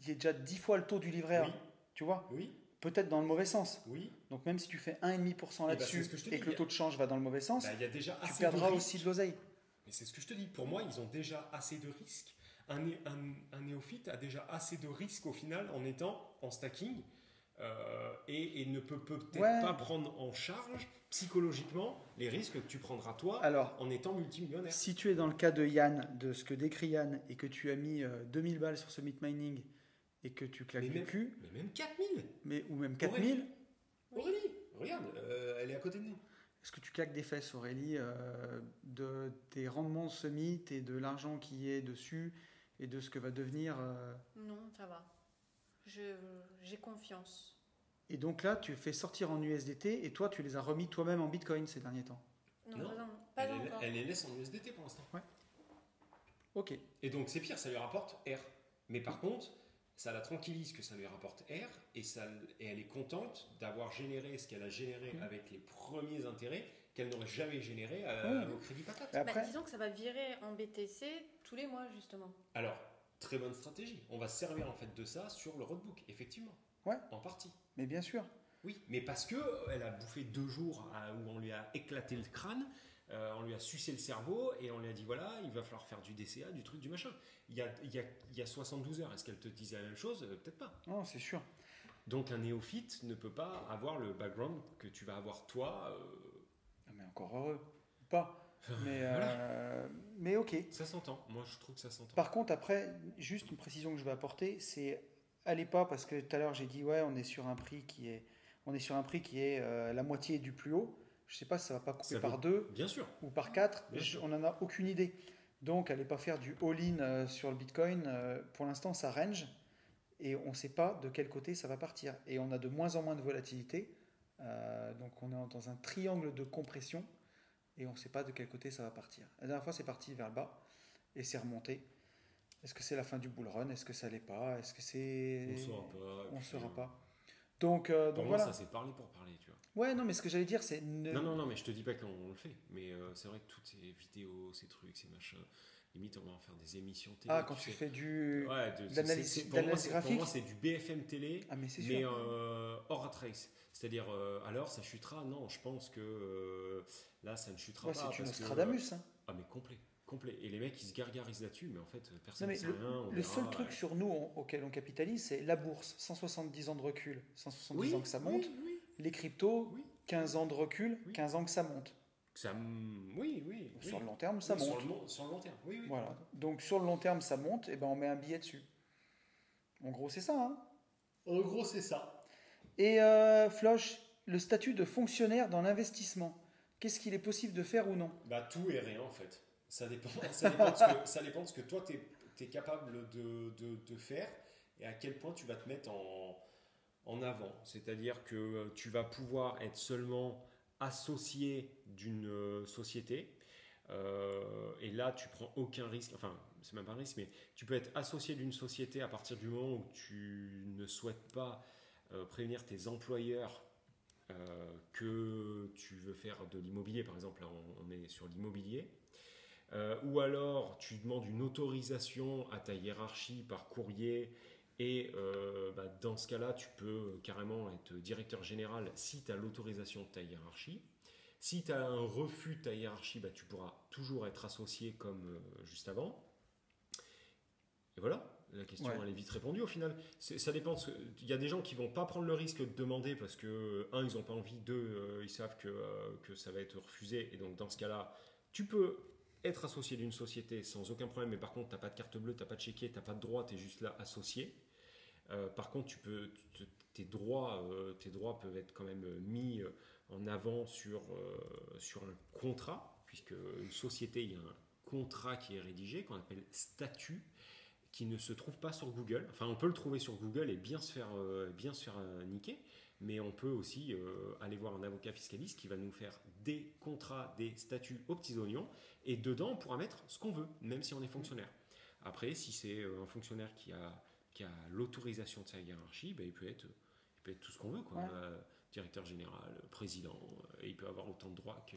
Speaker 1: qui est déjà 10 fois le taux du livret A,
Speaker 2: oui,
Speaker 1: tu vois,
Speaker 2: oui,
Speaker 1: peut-être dans le mauvais sens.
Speaker 2: oui.
Speaker 1: Donc même si tu fais 1,5%
Speaker 2: Eh ben,
Speaker 1: là-dessus
Speaker 2: c'est ce que je te
Speaker 1: et
Speaker 2: dis,
Speaker 1: que le
Speaker 2: il y a-
Speaker 1: taux de change va dans le mauvais
Speaker 2: Bah,
Speaker 1: sens,
Speaker 2: Il y a déjà
Speaker 1: tu
Speaker 2: assez
Speaker 1: perdras
Speaker 2: de
Speaker 1: aussi
Speaker 2: risques.
Speaker 1: de l'oseille.
Speaker 2: Mais c'est ce que je te dis. Pour moi, ils ont déjà assez de risques. Un, né- un- un néophyte a déjà assez de risques au final en étant en stacking euh, et, et ne peut peut-être
Speaker 1: Ouais.
Speaker 2: pas prendre en charge psychologiquement les risques que tu prendras toi
Speaker 1: Alors,
Speaker 2: en étant multimillionnaire.
Speaker 1: si tu es dans le cas de Yann, de ce que décrit Yann, et que tu as mis euh, 2000 balles sur ce Meat Mining, et que tu claques
Speaker 2: Mais
Speaker 1: le
Speaker 2: même-
Speaker 1: cul,
Speaker 2: Mais même 4000
Speaker 1: mais, ou même
Speaker 2: Aurélie.
Speaker 1: 4000,
Speaker 2: Aurélie, regarde, euh, elle est à côté de nous.
Speaker 1: Est-ce que tu claques des fesses, Aurélie, euh, de tes rendements semi et de l'argent qui est dessus et de ce que va devenir euh,
Speaker 3: Non, ça va. Je- J'ai confiance.
Speaker 1: Et donc là, tu fais sortir en USDT et toi, tu les as remis toi-même en Bitcoin ces derniers temps.
Speaker 3: Non,
Speaker 2: Non,
Speaker 3: pas, en- pas
Speaker 2: Elle, est-
Speaker 3: encore.
Speaker 2: elle les laisse en USDT pour l'instant.
Speaker 1: Ok.
Speaker 2: Et donc c'est pire, ça lui rapporte R. Mais par contre, ça la tranquillise que ça lui rapporte R et, ça, et elle est contente d'avoir généré ce qu'elle a généré
Speaker 1: Mhm.
Speaker 2: avec les premiers intérêts qu'elle n'aurait jamais généré à-
Speaker 1: Ouais.
Speaker 2: au crédit patate.
Speaker 1: Et
Speaker 3: Bah,
Speaker 1: après,
Speaker 3: disons que ça va virer en BTC tous les mois, justement.
Speaker 2: Alors, très bonne stratégie. On va se servir en fait de ça sur le roadbook, effectivement.
Speaker 1: Ouais.
Speaker 2: En partie.
Speaker 1: mais bien sûr.
Speaker 2: Oui, mais parce que euh, elle a bouffé deux jours à- où on lui a éclaté le crâne, euh, on lui a sucé le cerveau et on lui a dit voilà, il va falloir faire du DCA, du truc, du machin. Il y a, il y a- il y a 72 heures, est-ce qu'elle te disait la même chose Euh, Peut-être pas.
Speaker 1: Non, c'est sûr.
Speaker 2: Donc un néophyte ne peut pas avoir le background que tu vas avoir toi. euh,
Speaker 1: Non, mais encore heureux. Ou Pas. Mais, euh, mais ok.
Speaker 2: ça s'entend. Moi, je trouve que ça s'entend.
Speaker 1: Par contre, après, juste une précision que je vais apporter, c'est allez pas parce que tout à l'heure j'ai dit ouais, on est sur un prix qui est, on est sur un prix qui est euh, la moitié du plus haut. Je sais pas si ça va pas couper
Speaker 2: Ça
Speaker 1: par
Speaker 2: veut-
Speaker 1: deux
Speaker 2: Bien sûr.
Speaker 1: ou par quatre.
Speaker 2: Bien
Speaker 1: je-
Speaker 2: sûr.
Speaker 1: on n'en a aucune idée. Donc, allez pas faire du all-in euh, sur le Bitcoin. euh, pour l'instant, ça range et on ne sait pas de quel côté ça va partir. Et on a de moins en moins de volatilité. euh, donc, on est dans un triangle de compression et on ne sait pas de quel côté ça va partir. La dernière fois, c'est parti vers le bas et c'est remonté. Est-ce que c'est la fin du bull run Est-ce que ça l'est pas Est-ce que c'est
Speaker 2: On ne saura pas.
Speaker 1: On
Speaker 2: puis,
Speaker 1: saura
Speaker 2: euh,
Speaker 1: pas. Donc, euh,
Speaker 2: Pour
Speaker 1: donc
Speaker 2: moi,
Speaker 1: voilà. Euh,
Speaker 2: ça c'est parler pour parler, tu vois.
Speaker 1: Ouais, non, mais ce que j'allais dire, c'est ne-
Speaker 2: Non, non, non, mais je te dis pas qu'on le fait. Mais euh, c'est vrai que toutes ces vidéos, ces trucs, ces machins, limite on va en faire des émissions télé.
Speaker 1: ah quand tu
Speaker 2: sais.
Speaker 1: fais du
Speaker 2: Ouais, de- c'est-
Speaker 1: d'analyse-
Speaker 2: c'est- c'est- pour, moi,
Speaker 1: d'analyse
Speaker 2: c'est- pour moi,
Speaker 1: graphique.
Speaker 2: c'est du BFM télé,
Speaker 1: ah mais c'est sûr.
Speaker 2: mais euh, hors trace. C'est-à-dire, euh, alors ça chutera Non, je pense que euh, là ça ne chutera
Speaker 1: Ouais,
Speaker 2: pas.
Speaker 1: Bah, c'est une
Speaker 2: parce que- euh,
Speaker 1: Stradamus. hein.
Speaker 2: Ah, mais complet. complet. Et les mecs, ils se gargarisent là-dessus, mais en fait,
Speaker 1: Non,
Speaker 2: personne ne
Speaker 1: mais
Speaker 2: sait
Speaker 1: le,
Speaker 2: rien. on
Speaker 1: le
Speaker 2: verra,
Speaker 1: seul
Speaker 2: ouais.
Speaker 1: truc sur nous on- auquel on capitalise, c'est la bourse, 170 ans de recul, 170
Speaker 2: Oui,
Speaker 1: ans que ça
Speaker 2: oui,
Speaker 1: monte,
Speaker 2: oui.
Speaker 1: les cryptos,
Speaker 2: Oui.
Speaker 1: 15 ans de recul,
Speaker 2: Oui.
Speaker 1: 15 ans que ça monte.
Speaker 2: Ça, m- oui, oui.
Speaker 1: Donc,
Speaker 2: oui.
Speaker 1: Sur le long terme, ça
Speaker 2: Oui,
Speaker 1: monte.
Speaker 2: Sur le, long- sur le long terme, oui, oui.
Speaker 1: Voilà. Donc sur le long terme, ça monte, et ben on met un billet dessus. En gros, c'est ça. hein.
Speaker 4: En gros, c'est ça.
Speaker 1: Et euh, Floch, le statut de fonctionnaire dans l'investissement, qu'est-ce qu'il est possible de faire ou non
Speaker 2: Bah, tout et rien, en fait. Ça dépend, ça dépend, de, ce que, ça dépend de ce que toi, tu es, capable de, de- de faire et à quel point tu vas te mettre en, en avant. C'est-à-dire que euh, tu vas pouvoir être seulement associé d'une euh, société. euh, et là, tu prends aucun risque. Enfin, c'est même pas un risque, mais tu peux être associé d'une société à partir du moment où tu ne souhaites pas euh, prévenir tes employeurs euh, que tu veux faire de l'immobilier, par exemple, là, on, on est sur l'immobilier, Euh, ou alors tu demandes une autorisation à ta hiérarchie par courrier, et euh, bah, dans ce cas-là, tu peux carrément être directeur général si tu as l'autorisation de ta hiérarchie. Si tu as un refus de ta hiérarchie, bah, tu pourras toujours être associé comme euh, juste avant. Et voilà, la question
Speaker 1: Ouais.
Speaker 2: elle est vite répondue au final. C'est- Ça dépend. de ce- Il y a des gens qui vont pas prendre le risque de demander parce que un, ils ont pas envie. Deux, euh, ils savent que euh, que ça va être refusé. Et donc dans ce cas-là, tu peux être associé d'une société sans aucun problème. Mais par contre, t'as pas de carte bleue, t'as pas de chéquier, t'as pas de droit. T'es juste là associé. Euh, par contre, tu peux tu- tes droits, euh, tes droits peuvent être quand même euh, mis euh, en avant sur euh, sur un contrat puisque une société, il y a un contrat qui est rédigé qu'on appelle statut qui ne se trouve pas sur Google. Enfin, on peut le trouver sur Google et bien se faire, euh, bien se faire euh, niquer, mais on peut aussi euh, aller voir un avocat fiscaliste qui va nous faire des contrats, des statuts aux petits oignons, et dedans, on pourra mettre ce qu'on veut, même si on est fonctionnaire. Après, si c'est euh, un fonctionnaire qui a, qui a l'autorisation de sa hiérarchie, ben, il, peut être, il peut être tout ce qu'on veut, quoi.
Speaker 1: Ouais.
Speaker 2: Euh, directeur général, président, euh, et il peut avoir autant de droits que,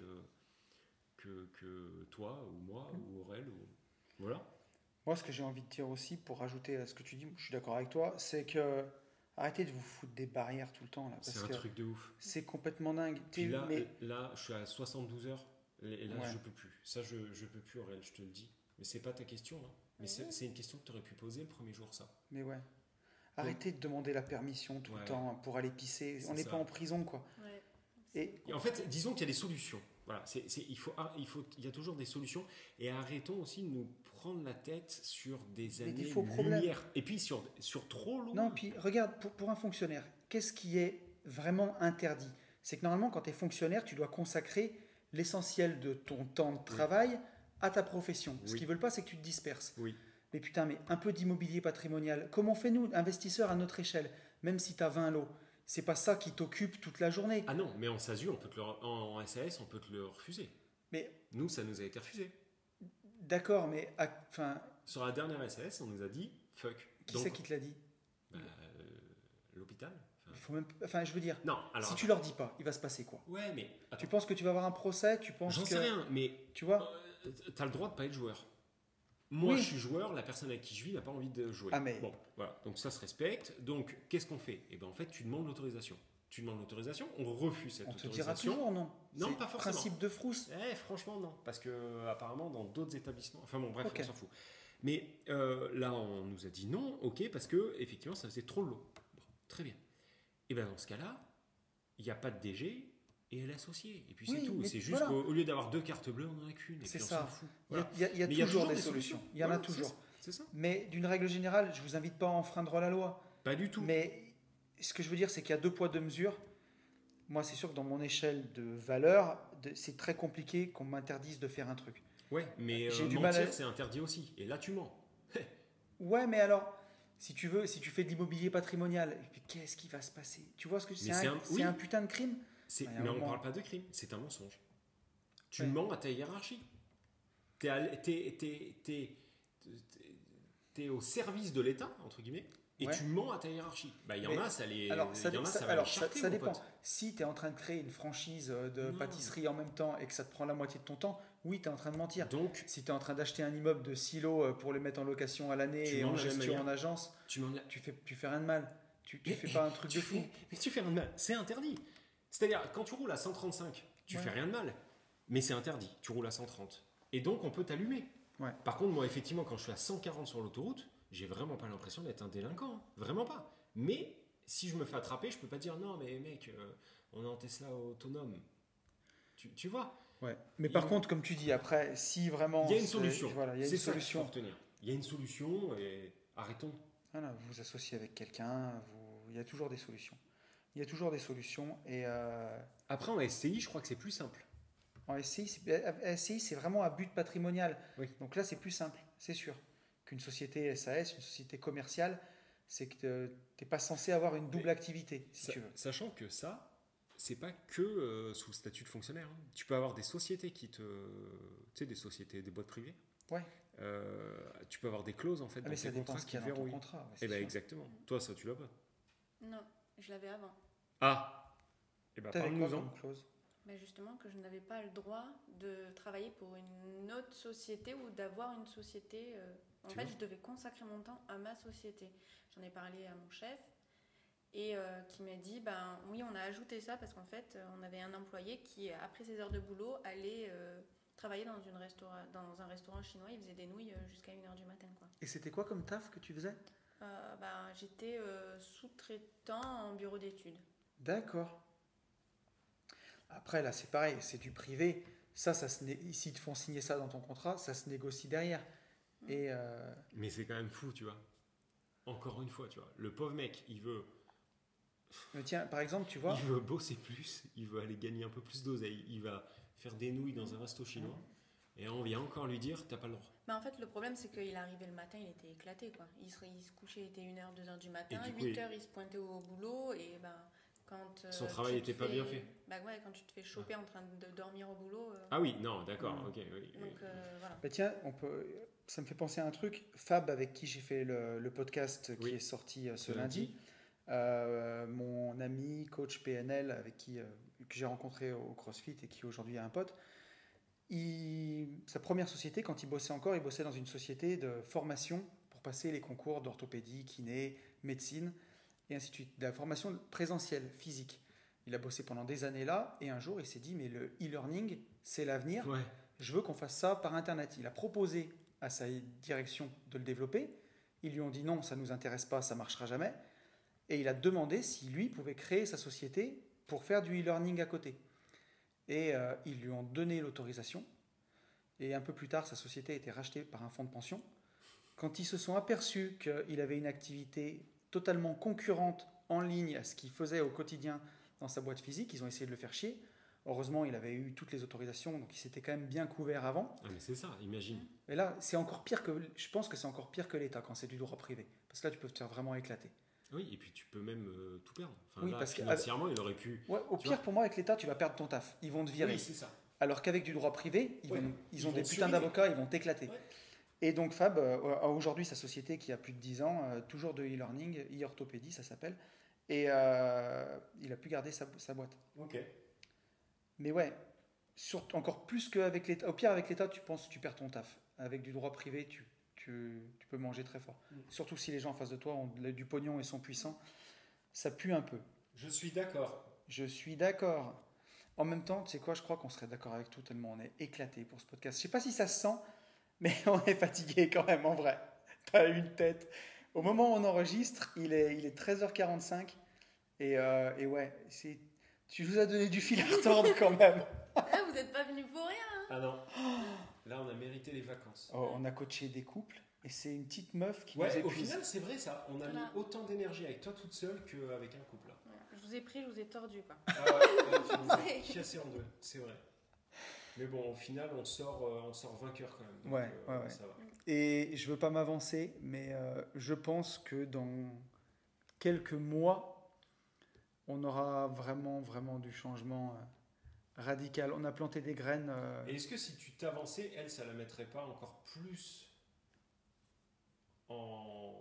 Speaker 2: que, que toi, ou moi,
Speaker 1: Mmh.
Speaker 2: ou Aurel, ou... Voilà.
Speaker 1: Moi, ce que j'ai envie de dire aussi, pour rajouter à ce que tu dis, je suis d'accord avec toi, c'est que arrêtez de vous foutre des barrières tout le temps là,
Speaker 2: C'est
Speaker 1: parce
Speaker 2: un
Speaker 1: que
Speaker 2: truc de ouf.
Speaker 1: c'est complètement dingue.
Speaker 2: Puis
Speaker 1: T'es-
Speaker 2: là, euh,
Speaker 1: mais-
Speaker 2: là, je suis à 72 heures. Et là,
Speaker 1: Ouais.
Speaker 2: je peux plus. Ça, je, je peux plus, Aurel, je te le dis. Mais c'est pas ta question. hein.
Speaker 1: Ah
Speaker 2: Mais c'est c'est une question que tu aurais pu poser le premier jour, ça.
Speaker 1: Mais ouais. Arrêtez de demander la permission tout
Speaker 2: Ouais.
Speaker 1: le temps pour aller pisser.
Speaker 2: C'est
Speaker 1: On n'est
Speaker 2: ça.
Speaker 1: pas en prison, quoi.
Speaker 3: Ouais.
Speaker 1: Et
Speaker 2: Et en fait, disons qu'il y a des solutions. Voilà, c'est- c'est- il, faut, ar- il, faut, il y a toujours des solutions. Et arrêtons aussi de nous prendre la tête sur des
Speaker 1: Mais
Speaker 2: années
Speaker 1: des faux problèmes.
Speaker 2: lumière. Et puis sur, sur trop loin.
Speaker 1: non, puis regarde, pour, pour un fonctionnaire, qu'est-ce qui est vraiment interdit C'est que normalement, quand tu es fonctionnaire, tu dois consacrer l'essentiel de ton temps de travail à ta profession. Ce
Speaker 2: Oui.
Speaker 1: qu'ils veulent pas, c'est que tu te disperses.
Speaker 2: Oui.
Speaker 1: Mais putain, mais un peu d'immobilier patrimonial. Comment on fait nous, investisseurs à notre échelle, même si tu as 20 lots C'est pas ça qui t'occupe toute la journée.
Speaker 2: Ah non, mais en SASU, on peut te le, en, en SAS, on peut te le refuser.
Speaker 1: Mais
Speaker 2: Nous, ça nous a été refusé.
Speaker 1: d'accord, mais à- enfin,
Speaker 2: Sur la dernière SAS, on nous a dit fuck.
Speaker 1: qui
Speaker 2: Donc,
Speaker 1: c'est qui te l'a dit
Speaker 2: bah, euh, L'hôpital. Enfin,
Speaker 1: Il faut même, enfin, je veux dire.
Speaker 2: Non, alors.
Speaker 1: si tu leur dis pas, il va se passer quoi
Speaker 2: Ouais, mais. attends,
Speaker 1: Tu penses que tu vas avoir un procès Tu penses
Speaker 2: J'en
Speaker 1: que
Speaker 2: sais rien, mais
Speaker 1: tu vois
Speaker 2: euh, t'as le droit de pas être joueur. Moi,
Speaker 1: Oui.
Speaker 2: je suis joueur, la personne avec qui je vis n'a pas envie de jouer.
Speaker 1: Ah, mais-
Speaker 2: Bon, voilà. Donc ça se respecte. Donc, qu'est-ce qu'on fait Eh ben, en fait, tu demandes l'autorisation. Tu demandes l'autorisation, on refuse cette
Speaker 1: On te dira
Speaker 2: autorisation.
Speaker 1: toujours non.
Speaker 2: Non,
Speaker 1: C'est
Speaker 2: pas forcément.
Speaker 1: Principe de frousse.
Speaker 2: Eh, franchement, non. Parce que, apparemment, dans d'autres établissements. Enfin, bon, bref,
Speaker 1: Ok.
Speaker 2: on s'en fout. Mais euh, là, on nous a dit non, ok, parce que, effectivement, ça faisait trop long. Bon, très bien. Et bien, dans ce cas-là, il n'y a pas de DG et elle est associée. Et puis,
Speaker 1: Oui,
Speaker 2: c'est tout.
Speaker 1: mais
Speaker 2: C'est juste
Speaker 1: voilà.
Speaker 2: qu'au au lieu d'avoir deux cartes bleues, on en a qu'une. Et
Speaker 1: C'est
Speaker 2: puis, on
Speaker 1: ça.
Speaker 2: s'en
Speaker 1: Il
Speaker 2: fout.
Speaker 1: y a-
Speaker 2: Voilà.
Speaker 1: Il y a, il y a
Speaker 2: Mais
Speaker 1: toujours des solutions. Il y en a
Speaker 2: Voilà,
Speaker 1: toujours.
Speaker 2: C'est ça. c'est ça.
Speaker 1: Mais d'une règle générale, je vous invite pas à enfreindre la loi.
Speaker 2: Pas du tout.
Speaker 1: Mais ce que je veux dire, c'est qu'il y a deux poids, deux mesures. Moi, c'est sûr que dans mon échelle de valeur, de- c'est très compliqué qu'on m'interdise de faire un truc.
Speaker 2: Ouais, mais
Speaker 1: J'ai
Speaker 2: euh,
Speaker 1: du mal
Speaker 2: mentir,
Speaker 1: à-
Speaker 2: c'est interdit aussi. Et là, tu mens.
Speaker 1: Ouais, mais alors, si tu veux, si tu fais de l'immobilier patrimonial, mais qu'est-ce qui va se passer Tu vois ce que c'est
Speaker 2: Mais c'est
Speaker 1: un,
Speaker 2: un-
Speaker 1: c'est
Speaker 2: oui.
Speaker 1: un putain de crime
Speaker 2: C'est-
Speaker 1: Ouais, à un
Speaker 2: mais on ne
Speaker 1: moment-
Speaker 2: parle pas de crime, c'est un mensonge. Tu
Speaker 1: Ouais.
Speaker 2: mens à ta hiérarchie. Tu es, au service de l'État, entre guillemets, et
Speaker 1: Ouais.
Speaker 2: tu mens à ta hiérarchie. Bah, Il y en
Speaker 1: Mais-
Speaker 2: a, ça les.
Speaker 1: Alors, ça,
Speaker 2: il y en a,
Speaker 1: ça-
Speaker 2: ça va
Speaker 1: alors,
Speaker 2: les
Speaker 1: ça-
Speaker 2: charter,
Speaker 1: ça
Speaker 2: mon
Speaker 1: dépend.
Speaker 2: pote.
Speaker 1: Si tu es en train de créer une franchise euh, de
Speaker 2: Non.
Speaker 1: pâtisserie en même temps et que ça te prend la moitié de ton temps, oui, tu es en train de mentir.
Speaker 2: Donc,
Speaker 1: si tu es en train d'acheter un immeuble de silo euh, pour le mettre en location à l'année
Speaker 2: Tu
Speaker 1: et
Speaker 2: mens
Speaker 1: en
Speaker 2: de la même
Speaker 1: gestion
Speaker 2: manière.
Speaker 1: en agence,
Speaker 2: tu mens.
Speaker 1: tu fais, tu fais rien de mal. Tu, tu
Speaker 2: Mais-
Speaker 1: fais pas un truc
Speaker 2: Tu
Speaker 1: de
Speaker 2: fais,
Speaker 1: fou.
Speaker 2: mais tu fais rien de mal. C'est interdit. C'est-à-dire, quand tu roules à 135, tu
Speaker 1: Ouais.
Speaker 2: fais rien de mal, mais c'est interdit. Tu roules à 130. Et donc, on peut t'allumer.
Speaker 1: Ouais.
Speaker 2: Par contre, moi, effectivement, quand je suis à 140 sur l'autoroute, j'ai vraiment pas l'impression d'être un délinquant. hein. Vraiment pas. Mais si je me fais attraper, je peux pas dire non, mais mec, euh, on est en Tesla autonome. Tu, tu vois
Speaker 1: Ouais. Mais par
Speaker 2: Il-
Speaker 1: contre, comme tu dis, après, si vraiment.
Speaker 2: Il y a une
Speaker 1: c'est-
Speaker 2: solution.
Speaker 1: Voilà, il y a une
Speaker 2: C'est ça qu'il
Speaker 1: solution.
Speaker 2: faut retenir. Il y a une solution et arrêtons.
Speaker 1: Voilà, vous vous associez avec quelqu'un, vous- il y a toujours des solutions. Il y a toujours des solutions. Et euh,
Speaker 2: Après, en SCI, je crois que c'est plus simple.
Speaker 1: en SCI, c'est- euh, SCI, c'est vraiment à but patrimonial.
Speaker 2: Oui.
Speaker 1: Donc là, c'est plus simple, c'est sûr, qu'une société SAS, une société commerciale. C'est que tu n'es pas censé avoir une double
Speaker 2: Mais
Speaker 1: activité, si
Speaker 2: Sa-
Speaker 1: tu veux.
Speaker 2: Sachant que ça, c'est pas que euh, sous statut de fonctionnaire. hein. Tu peux avoir des sociétés qui te. Tu sais, des sociétés, des boîtes privées.
Speaker 1: Ouais.
Speaker 2: Euh, tu peux avoir des clauses en fait.
Speaker 1: Ah,
Speaker 2: dans
Speaker 1: mais ça
Speaker 2: tes
Speaker 1: dépend
Speaker 2: contrats
Speaker 1: ce qu'il y a
Speaker 2: qui
Speaker 1: dans ton
Speaker 2: verrouillent.
Speaker 1: contrat. ouais,
Speaker 2: Eh
Speaker 1: c'est
Speaker 2: ben
Speaker 1: sûr. Mm.
Speaker 2: exactement. Toi, ça, tu l'as pas.
Speaker 3: Non, je l'avais avant.
Speaker 2: Ah Eh ben,
Speaker 1: T'avais quoi
Speaker 2: parle-nous-en.
Speaker 1: comme clause
Speaker 3: Mais justement, que je n'avais pas le droit de travailler pour une autre société ou d'avoir une société. euh, En
Speaker 2: Tu
Speaker 3: fait,
Speaker 2: vois.
Speaker 3: je devais consacrer mon temps à ma société. J'en ai parlé à mon chef et euh, qui m'a dit ben oui, on a ajouté ça parce qu'en fait, euh, on avait un employé qui, après ses heures de boulot, allait euh, travailler dans, une restaura- dans un restaurant chinois. Il faisait des nouilles euh, jusqu'à 1h du matin. quoi.
Speaker 1: Et c'était quoi comme taf que tu faisais
Speaker 3: Euh, ben, J'étais euh, sous-traitant en bureau d'études.
Speaker 1: D'accord. Après, là, c'est pareil, c'est du privé. Ça, ça se né- s'ils te font signer ça dans ton contrat, ça se négocie derrière. Et euh,
Speaker 2: Mais c'est quand même fou, tu vois. Encore une fois, tu vois. Le pauvre mec, il veut,
Speaker 1: mais tiens, par exemple, tu vois,
Speaker 2: il veut bosser plus, il veut aller gagner un peu plus d'oseille, il va faire des nouilles dans un resto
Speaker 1: Mm.
Speaker 2: chinois. Et on vient encore lui dire, t'as pas le droit.
Speaker 3: Mais en fait, le problème, c'est qu'il arrivait le matin, il était éclaté, quoi. Il se, il se couchait, il était 1h, 2h du matin,
Speaker 2: Et du coup,
Speaker 3: 8h, il se pointait au boulot, et ben, quand... euh,
Speaker 2: Son
Speaker 3: tu
Speaker 2: travail
Speaker 3: te
Speaker 2: était pas
Speaker 3: fais-
Speaker 2: bien fait.
Speaker 3: Bah ouais, quand tu te fais choper en train de dormir au boulot... euh,
Speaker 2: Ah oui, non, d'accord,
Speaker 1: Mm.
Speaker 2: ok. oui, oui.
Speaker 3: donc, euh, voilà.
Speaker 1: bah tiens, on peut, ça me fait penser à un truc. Fab, avec qui j'ai fait le, le podcast qui
Speaker 2: Oui.
Speaker 1: est sorti euh, ce lundi, Euh, mon ami coach PNL avec qui euh, que j'ai rencontré au CrossFit et qui aujourd'hui est un pote. Il, sa première société, quand il bossait encore, il bossait dans une société de formation pour passer les concours d'orthopédie, kiné, médecine et ainsi de suite. De la formation présentielle, physique. Il a bossé pendant des années là et un jour il s'est dit mais le e-learning c'est l'avenir
Speaker 2: Ouais.
Speaker 1: je veux qu'on fasse ça par Internet. Il a proposé à sa direction de le développer. Ils lui ont dit non, ça ne nous intéresse pas, ça marchera jamais. Et il a demandé si lui pouvait créer sa société pour faire du e-learning à côté. Et euh, ils lui ont donné l'autorisation. Et un peu plus tard, sa société a été rachetée par un fonds de pension. Quand ils se sont aperçus qu'il avait une activité totalement concurrente en ligne à ce qu'il faisait au quotidien dans sa boîte physique, ils ont essayé de le faire chier. Heureusement, il avait eu toutes les autorisations, donc il s'était quand même bien couvert avant.
Speaker 2: Ah, mais c'est ça, imagine.
Speaker 1: Et là, c'est encore pire que. Je pense que c'est encore pire que l'État quand c'est du droit privé. Parce que là, tu peux te faire vraiment éclater.
Speaker 2: Oui, et puis tu peux même euh, tout perdre. Enfin,
Speaker 1: Oui,
Speaker 2: là,
Speaker 1: parce que- ah,
Speaker 2: financièrement, il aurait pu.
Speaker 1: Ouais, au
Speaker 2: Tu
Speaker 1: pire,
Speaker 2: vois.
Speaker 1: pour moi, avec l'État, tu vas perdre ton taf. Ils vont te virer.
Speaker 2: Oui, c'est ça.
Speaker 1: Alors qu'avec du droit privé, ils,
Speaker 2: Ouais,
Speaker 1: vont- ils
Speaker 2: ils
Speaker 1: ont
Speaker 2: vont
Speaker 1: des
Speaker 2: te
Speaker 1: putains
Speaker 2: surveiller.
Speaker 1: d'avocats, ils vont t'éclater.
Speaker 2: Ouais.
Speaker 1: Et donc Fab euh, a aujourd'hui sa société qui a plus de 10 ans, euh, toujours de e-learning, e-orthopédie ça s'appelle, et euh, il a pu garder sa, sa boîte.
Speaker 4: Ok.
Speaker 1: Mais ouais, sur- encore plus qu'avec l'État. Au pire, avec l'État, tu penses tu perds ton taf. Avec du droit privé, tu, tu, tu peux manger très fort.
Speaker 4: Mm.
Speaker 1: Surtout si les gens en face de toi ont de- du pognon et sont puissants, ça pue un peu.
Speaker 4: Je suis d'accord.
Speaker 1: Je suis d'accord. En même temps, tu sais quoi, je crois qu'on serait d'accord avec tout tellement on est éclaté pour ce podcast. Je sais pas si ça se sent, mais on est fatigué quand même en vrai. T'as une tête. Au moment où on enregistre, il est, il est 13h45. Et, euh, et ouais, c'est, tu nous as donné du fil à retordre quand même.
Speaker 3: Ah, vous n'êtes pas venu pour rien
Speaker 2: Ah non. Là, on a mérité les vacances.
Speaker 1: Oh, on a coaché des couples et c'est une petite meuf qui nous
Speaker 2: Ouais, au
Speaker 1: épuise.
Speaker 2: final, c'est vrai ça. On a
Speaker 3: Voilà.
Speaker 2: mis autant d'énergie avec toi toute seule qu'avec un couple. là.
Speaker 3: Je vous ai pris, je vous ai tordu, quoi.
Speaker 2: Ah ouais, ouais, tu nous as cassé en deux, c'est vrai. Mais bon, au final, on sort, euh, on sort vainqueur quand même. donc,
Speaker 1: Ouais,
Speaker 2: euh,
Speaker 1: ouais, ouais.
Speaker 2: ça va.
Speaker 1: Et je veux pas m'avancer, mais euh, je pense que dans quelques mois, on aura vraiment, vraiment du changement euh, radical. On a planté des graines. euh,
Speaker 2: Et est-ce que si tu t'avançais, elle, ça la mettrait pas encore plus en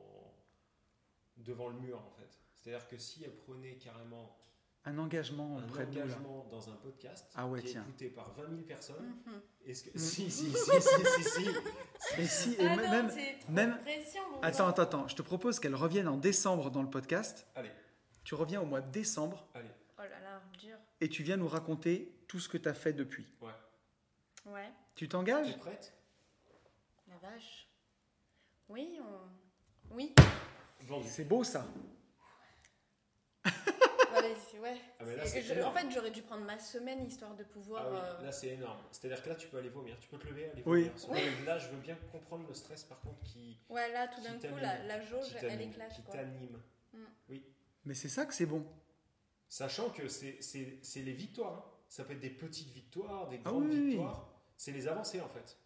Speaker 2: devant le mur en fait C'est-à-dire que si elle prenait carrément
Speaker 1: un engagement
Speaker 2: un
Speaker 1: auprès de nous. là.
Speaker 2: engagement dans un podcast
Speaker 1: Ah ouais,
Speaker 2: qui
Speaker 1: tiens.
Speaker 2: est écouté par 20 000 personnes,
Speaker 3: Mhm.
Speaker 2: est-ce que
Speaker 1: Mm.
Speaker 2: si si si si si si
Speaker 1: Et si, et
Speaker 3: Ah
Speaker 1: m-
Speaker 3: non,
Speaker 1: même.
Speaker 3: c'est trop
Speaker 1: même-
Speaker 3: pression pour
Speaker 1: Attends,
Speaker 3: moi.
Speaker 1: attends, attends. Je te propose qu'elle revienne en décembre dans le podcast.
Speaker 2: Allez,
Speaker 1: Tu reviens au mois de décembre
Speaker 2: allez.
Speaker 3: Oh là là, dur.
Speaker 1: et tu viens nous raconter tout ce que tu as fait depuis.
Speaker 3: Ouais.
Speaker 1: Tu
Speaker 4: T'es
Speaker 1: t'engages
Speaker 4: prête
Speaker 3: La vache. Oui, on- oui.
Speaker 2: Vendu.
Speaker 1: C'est beau ça.
Speaker 3: Ouais, c'est- ouais.
Speaker 2: Ah, mais là, c'est
Speaker 3: C'est- je- en
Speaker 2: énorme.
Speaker 3: fait, j'aurais dû prendre ma semaine histoire de pouvoir.
Speaker 2: Ah oui,
Speaker 3: euh,
Speaker 2: là c'est énorme. C'est-à-dire que là tu peux aller vomir, tu peux te lever, aller
Speaker 1: Oui.
Speaker 2: vomir. Sans- Là je veux bien comprendre le stress par contre qui,
Speaker 3: ouais, là, tout
Speaker 2: qui
Speaker 3: d'un coup,
Speaker 2: t'anime,
Speaker 3: la, la
Speaker 2: qui
Speaker 3: jauge, elle
Speaker 2: t'anime,
Speaker 3: éclate.
Speaker 2: qui
Speaker 3: quoi.
Speaker 2: t'anime.
Speaker 1: Mais c'est ça que c'est bon.
Speaker 2: Sachant que c'est c'est- c'est les victoires. hein. Ça peut être des petites victoires, des
Speaker 1: Ah
Speaker 2: grandes
Speaker 1: oui, oui, oui.
Speaker 2: victoires. C'est les avancées en fait.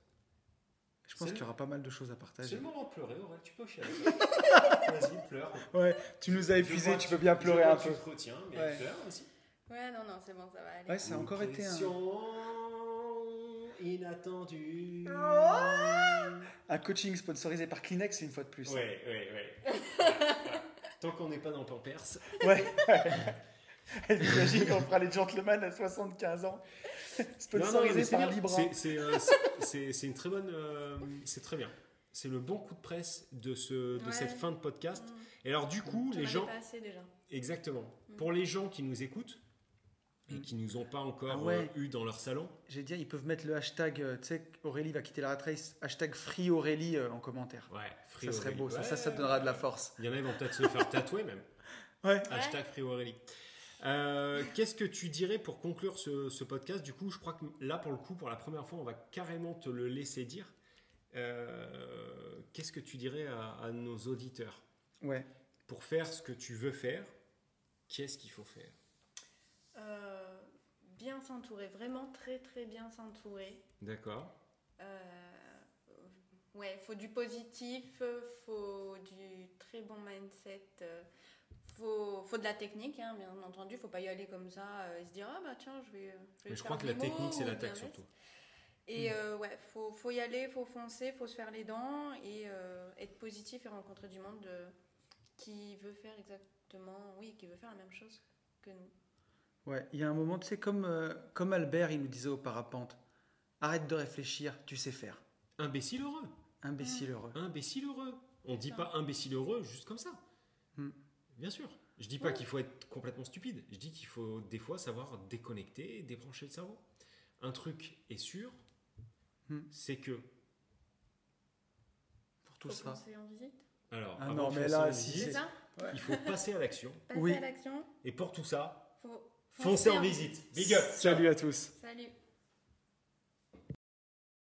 Speaker 1: Je pense
Speaker 2: C'est-
Speaker 1: qu'il y aura pas mal de choses à partager.
Speaker 2: C'est le moment de pleurer, Aurel, tu peux chialer. Vas-y, pleure.
Speaker 1: Ouais, tu nous as
Speaker 2: Je
Speaker 1: épuisé,
Speaker 2: vois
Speaker 1: tu
Speaker 2: que-
Speaker 1: peux bien
Speaker 2: je
Speaker 1: pleurer
Speaker 2: vois
Speaker 1: un
Speaker 2: que
Speaker 1: peu.
Speaker 2: Tu te retiens, mais
Speaker 1: Ouais.
Speaker 2: pleure aussi.
Speaker 3: Ouais, non, non, c'est bon, ça va aller.
Speaker 1: Ouais, ça a encore été un,
Speaker 2: Pression inattendue.
Speaker 1: un coaching sponsorisé par Kleenex une fois de plus.
Speaker 2: Ouais, ouais, ouais. Tant qu'on n'est pas dans Pampers.
Speaker 1: Ouais. J'imagine qu'on fera les gentlemen à 75 ans.
Speaker 2: Non, non, mais
Speaker 1: Sponsorisé
Speaker 2: c'est
Speaker 1: par
Speaker 2: bien.
Speaker 1: Libra.
Speaker 2: C'est- C'est euh, c'est- c'est- c'est une très bonne. euh, c'est très bien. C'est le bon coup de presse de, ce, de
Speaker 3: Ouais.
Speaker 2: cette fin de podcast.
Speaker 3: Mm.
Speaker 2: Et alors, du coup,
Speaker 3: J'en
Speaker 2: les
Speaker 3: avais
Speaker 2: gens.
Speaker 3: pas assez déjà.
Speaker 2: Exactement.
Speaker 3: Mm.
Speaker 2: Pour les gens qui nous écoutent et
Speaker 1: Mm.
Speaker 2: qui nous ont pas encore
Speaker 1: Ah ouais.
Speaker 2: euh, eu dans leur salon,
Speaker 1: J'ai dit, ils peuvent mettre le hashtag, euh, tu sais, Aurélie va quitter la rat race, hashtag Free Aurélie euh, en commentaire.
Speaker 2: ouais, Free
Speaker 1: ça serait
Speaker 2: Aurélie.
Speaker 1: beau, ça, ça, ça
Speaker 2: Ouais.
Speaker 1: donnera de la force.
Speaker 2: Il y en a, ils vont peut-être se faire tatouer même.
Speaker 1: Ouais.
Speaker 2: Hashtag Free Aurélie. Euh, Qu'est-ce que tu dirais pour conclure ce, ce podcast Du coup, je crois que là, pour le coup, pour la première fois, on va carrément te le laisser dire. Euh, Qu'est-ce que tu dirais à, à nos auditeurs
Speaker 1: Ouais.
Speaker 2: Pour faire ce que tu veux faire, qu'est-ce qu'il faut faire
Speaker 3: Euh, bien s'entourer, vraiment très très bien s'entourer.
Speaker 2: D'accord
Speaker 3: Euh, ouais, faut du positif, euh, faut du très bon mindset, euh, faut, faut de la technique, hein, bien entendu. Faut pas y aller comme ça euh, et se dire ah bah tiens je vais. euh, je vais
Speaker 2: Mais je
Speaker 3: faire
Speaker 2: crois que
Speaker 3: des
Speaker 2: la
Speaker 3: mots
Speaker 2: technique, c'est
Speaker 3: ou
Speaker 2: l'attaque
Speaker 3: bien
Speaker 2: surtout.
Speaker 1: Mm.
Speaker 3: Et euh, ouais, faut, faut y aller, faut foncer, faut se faire les dents et euh, être positif et rencontrer du monde euh, qui veut faire exactement, oui, qui veut faire la même chose que nous.
Speaker 1: Ouais, il y a un moment, tu sais, comme, euh, comme Albert, il nous disait au parapente, arrête de réfléchir, tu sais faire.
Speaker 2: Imbécile heureux
Speaker 1: Imbécile heureux.
Speaker 2: Imbécile heureux On dit
Speaker 3: ça.
Speaker 2: pas imbécile heureux juste comme ça.
Speaker 1: Mm.
Speaker 2: Bien sûr. Je dis pas
Speaker 3: Ouais.
Speaker 2: qu'il faut être complètement stupide. Je dis qu'il faut des fois savoir déconnecter, débrancher le cerveau. Un truc est sûr,
Speaker 1: Mm.
Speaker 2: c'est que.
Speaker 1: Pour tout
Speaker 3: faut
Speaker 1: ça.
Speaker 3: foncer en visite.
Speaker 2: Alors,
Speaker 1: Ah
Speaker 2: avant
Speaker 1: non,
Speaker 2: de
Speaker 1: mais
Speaker 2: foncer
Speaker 1: là,
Speaker 2: en
Speaker 1: si
Speaker 2: visite,
Speaker 3: C'est
Speaker 1: c'est-
Speaker 3: ça
Speaker 1: Ouais.
Speaker 2: il faut passer à l'action.
Speaker 3: Passer
Speaker 1: Oui.
Speaker 3: à l'action.
Speaker 2: Et pour tout ça,
Speaker 3: Faut
Speaker 2: foncez en visite. Big up.
Speaker 1: Salut à tous.